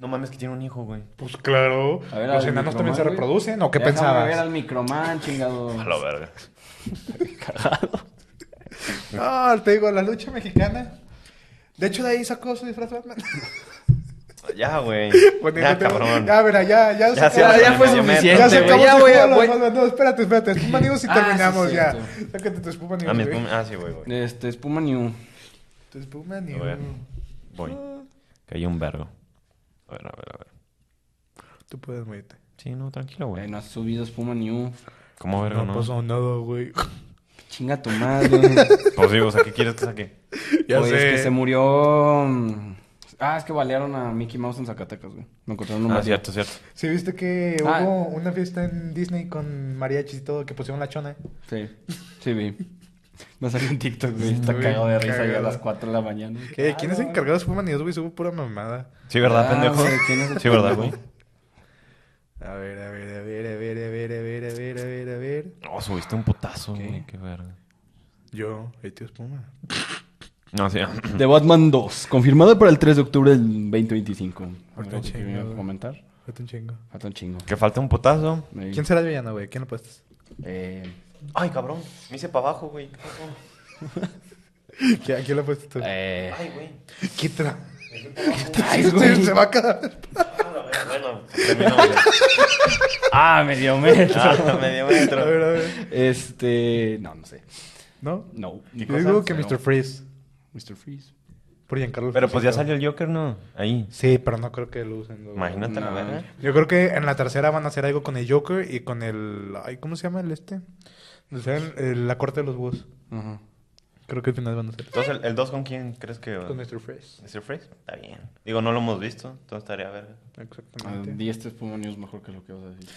[SPEAKER 3] No mames, que tiene un hijo, güey.
[SPEAKER 1] Pues claro.
[SPEAKER 2] A ver,
[SPEAKER 1] Los enanos
[SPEAKER 2] al Microman,
[SPEAKER 1] también se
[SPEAKER 2] güey.
[SPEAKER 1] reproducen, ¿o qué
[SPEAKER 2] Déjame
[SPEAKER 1] pensabas?
[SPEAKER 2] ver al microman, chingado.
[SPEAKER 3] A la verga.
[SPEAKER 1] Ah, te digo, la lucha mexicana. De hecho, de ahí sacó su disfraz Batman.
[SPEAKER 3] Ya, güey.
[SPEAKER 1] Bueno,
[SPEAKER 3] Ya,
[SPEAKER 1] no te-
[SPEAKER 3] cabrón.
[SPEAKER 1] Ya, mira, ya, ya,
[SPEAKER 3] Ya
[SPEAKER 1] se acabó-
[SPEAKER 3] se-
[SPEAKER 2] Ya fue
[SPEAKER 3] Medio metro,
[SPEAKER 1] ya se
[SPEAKER 2] suficiente,
[SPEAKER 1] acabó
[SPEAKER 2] güey. Ya
[SPEAKER 1] su
[SPEAKER 2] voy
[SPEAKER 1] juego,
[SPEAKER 2] a...
[SPEAKER 1] la
[SPEAKER 2] voy-
[SPEAKER 1] demás- No, espérate, espérate. Espuma News y
[SPEAKER 2] Ah,
[SPEAKER 1] terminamos
[SPEAKER 2] sí,
[SPEAKER 1] ya.
[SPEAKER 2] cierto.
[SPEAKER 1] Sácate tu Espuma News,
[SPEAKER 3] Ah, mi
[SPEAKER 1] güey.
[SPEAKER 3] espuma- ah, sí, güey, güey.
[SPEAKER 2] Este, espuma new.
[SPEAKER 1] Tu Espuma News.
[SPEAKER 3] A ver. Voy. Cayó un vergo. A ver, a ver, a ver.
[SPEAKER 1] Tú puedes morirte.
[SPEAKER 3] Sí, no, tranquilo,
[SPEAKER 2] Güey,
[SPEAKER 3] güey.
[SPEAKER 2] no has subido espuma new.
[SPEAKER 3] ¿Cómo verga,
[SPEAKER 1] No,
[SPEAKER 3] no?
[SPEAKER 1] pasó nada, güey.
[SPEAKER 2] Chinga tu madre.
[SPEAKER 3] Pues sí, o sea, ¿qué quieres que saque?
[SPEAKER 1] Ya
[SPEAKER 2] Oye,
[SPEAKER 1] sé.
[SPEAKER 2] es que se murió. mm, Ah, es que balearon a Mickey Mouse en Zacatecas, güey. Lo encontraron un
[SPEAKER 3] Ah,
[SPEAKER 2] vacío.
[SPEAKER 3] cierto, cierto.
[SPEAKER 1] ¿Sí viste que
[SPEAKER 2] Ah.
[SPEAKER 1] hubo una fiesta en Disney con mariachis y todo que pusieron la chona?
[SPEAKER 2] Sí, sí, vi. Me salió en TikTok, güey.
[SPEAKER 1] Sí,
[SPEAKER 2] Está
[SPEAKER 1] güey,
[SPEAKER 2] cagado de risa ya a
[SPEAKER 1] cagado.
[SPEAKER 2] las 4 de la mañana.
[SPEAKER 1] Eh, ¿Quién es el encargado de Espuma News, güey? Subo pura mamada.
[SPEAKER 3] Sí, ¿verdad,
[SPEAKER 2] Ah,
[SPEAKER 3] pendejo?
[SPEAKER 2] güey, ¿quién es el
[SPEAKER 3] Sí, ¿verdad, güey?
[SPEAKER 2] pendejo?
[SPEAKER 1] A ver, a ver, a ver, a ver, a ver, a ver, a ver, a ver, a ver.
[SPEAKER 3] No, subiste un putazo, güey. Qué verga.
[SPEAKER 1] Yo, hey, tío Espuma.
[SPEAKER 3] No, sí.
[SPEAKER 2] De Batman 2, confirmada para el 3 de octubre del 2025.
[SPEAKER 1] Falta un chingo,
[SPEAKER 2] ¿Qué
[SPEAKER 1] güey.
[SPEAKER 2] comentar?
[SPEAKER 1] Falta un chingo.
[SPEAKER 2] Falta un chingo.
[SPEAKER 3] Que falta un putazo.
[SPEAKER 2] Eh,
[SPEAKER 1] ¿Quién será el villano, güey? ¿Quién lo apuestas?
[SPEAKER 2] Eh,
[SPEAKER 3] Ay, cabrón. Me hice para abajo, güey. ¿Qué pasó?
[SPEAKER 1] ¿Qué- ¿A quién le pusiste tú?
[SPEAKER 2] Eh,
[SPEAKER 3] Ay, güey.
[SPEAKER 1] ¿Qué tra-
[SPEAKER 2] traes, güey?
[SPEAKER 1] Se va a caer.
[SPEAKER 3] Ah, la verga, Bueno, terminó, güey.
[SPEAKER 2] ah, medio metro.
[SPEAKER 3] Ah, medio
[SPEAKER 1] A
[SPEAKER 3] metro.
[SPEAKER 1] ver, a ver.
[SPEAKER 2] Este. No, no sé.
[SPEAKER 1] ¿No?
[SPEAKER 2] No.
[SPEAKER 1] Yo digo
[SPEAKER 3] cosas?
[SPEAKER 1] que
[SPEAKER 3] No.
[SPEAKER 1] Mr. Freeze.
[SPEAKER 2] Mr. Freeze.
[SPEAKER 1] Por Giancarlo.
[SPEAKER 3] Pero pues ya
[SPEAKER 1] Esposito.
[SPEAKER 3] salió el Joker, ¿no? Ahí.
[SPEAKER 1] Sí, pero no creo que lo usen. güey.
[SPEAKER 3] Imagínate la eh?
[SPEAKER 2] No.
[SPEAKER 3] verga.
[SPEAKER 1] Yo creo que en la tercera van a hacer algo con el Joker y con el... Ay, ¿Cómo se llama el este? O sea, el- el- la corte de los búhos.
[SPEAKER 2] Ajá.
[SPEAKER 1] Creo que al final van a hacer.
[SPEAKER 3] Entonces, ¿el 2 con quién crees que va?
[SPEAKER 1] Con Mr. Freeze.
[SPEAKER 3] Mr. Freeze. Está bien. Digo, no lo hemos visto. Entonces estaría verga.
[SPEAKER 2] Ah,
[SPEAKER 1] Exactamente.
[SPEAKER 2] Di este Puma News mejor que lo que vas a decir.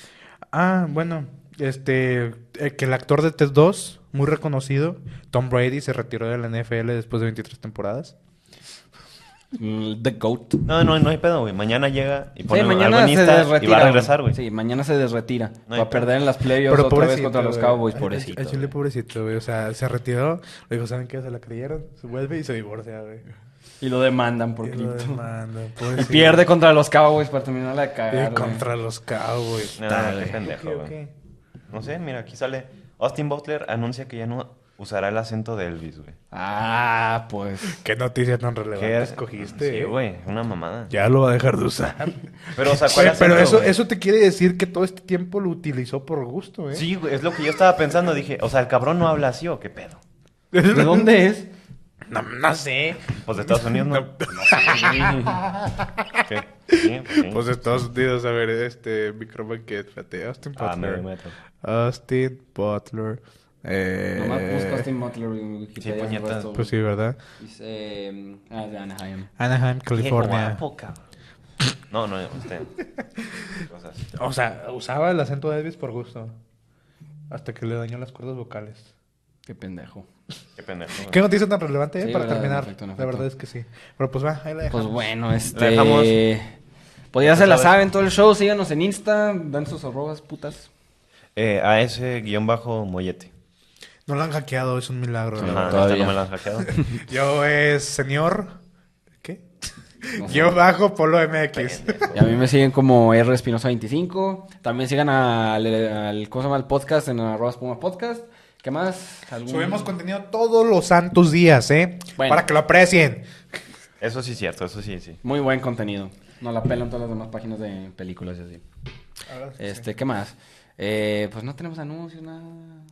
[SPEAKER 1] Ah, bueno. Este, eh, que el actor de Test 2, muy reconocido, Tom Brady, se retiró de la NFL después de 23 temporadas.
[SPEAKER 2] Mm, The GOAT.
[SPEAKER 3] No, no, no hay pedo, güey. Mañana llega y
[SPEAKER 2] sí,
[SPEAKER 3] pone algo
[SPEAKER 2] mañana
[SPEAKER 3] en
[SPEAKER 2] se
[SPEAKER 3] Insta y va
[SPEAKER 2] desretira.
[SPEAKER 3] a regresar, güey.
[SPEAKER 2] Sí, mañana se desretira.
[SPEAKER 3] No hay
[SPEAKER 2] va a
[SPEAKER 3] pedo.
[SPEAKER 2] perder en las playoffs
[SPEAKER 1] Pero
[SPEAKER 2] otra vez
[SPEAKER 1] pobrecito,
[SPEAKER 2] contra los
[SPEAKER 1] güey.
[SPEAKER 2] Cowboys,
[SPEAKER 1] Ay,
[SPEAKER 2] pobrecito.
[SPEAKER 1] ay, chile
[SPEAKER 2] güey.
[SPEAKER 1] pobrecito, güey. O sea, se retiró. Le dijo, ¿saben qué? Se la creyeron. Se vuelve y se divorcia, güey.
[SPEAKER 2] Y lo demandan por
[SPEAKER 1] Y lo
[SPEAKER 2] cripto.
[SPEAKER 1] demanda,
[SPEAKER 2] Y
[SPEAKER 1] pobrecito.
[SPEAKER 2] pierde contra los Cowboys para terminar la
[SPEAKER 1] Y
[SPEAKER 2] cagada.
[SPEAKER 1] contra los Cowboys.
[SPEAKER 3] No,
[SPEAKER 1] Tal,
[SPEAKER 3] qué
[SPEAKER 1] güey.
[SPEAKER 3] pendejo,
[SPEAKER 1] Ok,
[SPEAKER 3] güey.
[SPEAKER 1] ok.
[SPEAKER 3] No sé, mira, aquí sale. Austin Butler anuncia que ya no usará el acento de Elvis, güey.
[SPEAKER 2] Ah, pues.
[SPEAKER 1] Qué noticia tan relevante escogiste.
[SPEAKER 3] Sí,
[SPEAKER 1] eh?
[SPEAKER 3] güey, una mamada.
[SPEAKER 1] Ya lo va a dejar de usar.
[SPEAKER 3] Pero, o sea, ¿cuál
[SPEAKER 1] Güey,
[SPEAKER 3] acento,
[SPEAKER 1] pero eso,
[SPEAKER 3] güey?
[SPEAKER 1] eso te quiere decir que todo este tiempo lo utilizó por gusto, ¿eh?
[SPEAKER 3] Sí, güey, es lo que yo estaba pensando. Dije, o sea, el cabrón no habla así o qué pedo.
[SPEAKER 2] ¿De dónde es?
[SPEAKER 1] No, no sé.
[SPEAKER 3] Pues de Estados Unidos no.
[SPEAKER 1] No.
[SPEAKER 3] No sé. ¿Qué? Sí, pues sí.
[SPEAKER 1] Pues de Estados Unidos, a ver, este micrófono que espérate, Austin
[SPEAKER 3] Ah, medio
[SPEAKER 1] Butler.
[SPEAKER 3] metro.
[SPEAKER 1] Austin Butler. Eh,
[SPEAKER 2] Nomás busco a Austin Butler en Wikipedia.
[SPEAKER 3] Sí,
[SPEAKER 2] el
[SPEAKER 3] puñetas.
[SPEAKER 2] resto,
[SPEAKER 1] Pues sí, ¿verdad?
[SPEAKER 2] güey. Es, eh, ah, de Anaheim.
[SPEAKER 1] Anaheim, California.
[SPEAKER 3] Qué guapo, cabrón. No, no, usted. Cosas.
[SPEAKER 1] O sea, usaba el acento de Elvis por gusto. Hasta que le dañó las cuerdas vocales.
[SPEAKER 2] Qué pendejo.
[SPEAKER 3] Qué pendejo. güey.
[SPEAKER 1] Qué noticia tan relevante eh,
[SPEAKER 2] Sí,
[SPEAKER 1] para
[SPEAKER 2] verdad,
[SPEAKER 1] terminar.
[SPEAKER 2] en efecto, en
[SPEAKER 1] La
[SPEAKER 2] efecto.
[SPEAKER 1] verdad es que sí. Pero pues va, ahí la
[SPEAKER 2] Pues
[SPEAKER 1] dejamos.
[SPEAKER 2] bueno, este.
[SPEAKER 3] dejamos.
[SPEAKER 2] Pues ya
[SPEAKER 3] Ya
[SPEAKER 2] se la
[SPEAKER 3] sabes.
[SPEAKER 2] saben todo el show. Síganos en Insta. Dan sus arrobas, putas.
[SPEAKER 3] Eh, a ese guión bajo mollete.
[SPEAKER 1] No lo han hackeado, es un milagro. la
[SPEAKER 3] Ajá,
[SPEAKER 1] verdad.
[SPEAKER 3] hasta
[SPEAKER 2] todavía.
[SPEAKER 3] no me lo han hackeado.
[SPEAKER 1] Yo es señor. ¿Qué?
[SPEAKER 2] No sé.
[SPEAKER 1] Yo bajo Polo MX.
[SPEAKER 2] Y a mí me siguen como R Espinosa 25. También sigan al, al ¿cómo se llama? el podcast en arroba espuma podcast. ¿Qué más? ¿Algún-
[SPEAKER 1] Subimos contenido todos los santos días, ¿eh?
[SPEAKER 2] Bueno.
[SPEAKER 1] Para que lo aprecien.
[SPEAKER 3] Eso sí es cierto, eso sí, sí.
[SPEAKER 2] Muy buen contenido. Nos la pelan todas las demás páginas de películas y así. Este, ¿qué más? Eh, pues no tenemos anuncios, nada.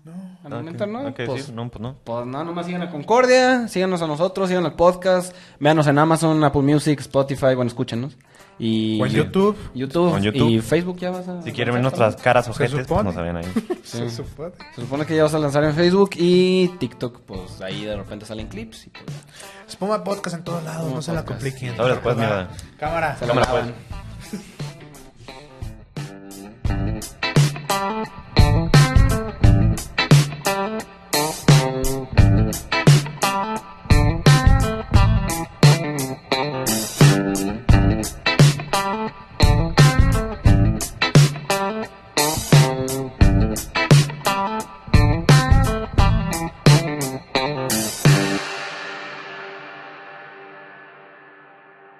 [SPEAKER 2] No. Al momento
[SPEAKER 3] ¿Qué-
[SPEAKER 2] no.
[SPEAKER 3] qué
[SPEAKER 2] pues,
[SPEAKER 3] decir? No, pues no.
[SPEAKER 2] Pues no, nomás sigan a Concordia, síganos a nosotros, sigan al podcast, véanos en Amazon, Apple Music, Spotify, bueno, escúchenos. Y
[SPEAKER 1] O en YouTube.
[SPEAKER 2] YouTube,
[SPEAKER 3] O en YouTube.
[SPEAKER 2] y Facebook ya vas a...
[SPEAKER 3] Si quieren ver nuestras caras ojetes, pues
[SPEAKER 1] supone.
[SPEAKER 3] nos ven ahí.
[SPEAKER 1] Se supone.
[SPEAKER 2] Se supone que ya vas a lanzar en Facebook y TikTok, pues ahí de repente salen clips y pues...
[SPEAKER 1] Espuma podcast en todos lados,
[SPEAKER 2] Espuma
[SPEAKER 1] no se la
[SPEAKER 2] Podcast.
[SPEAKER 1] compliquen.
[SPEAKER 3] Ahora después,
[SPEAKER 2] Ah,
[SPEAKER 1] Cámara.
[SPEAKER 3] Cámara, pues.
[SPEAKER 2] lavan.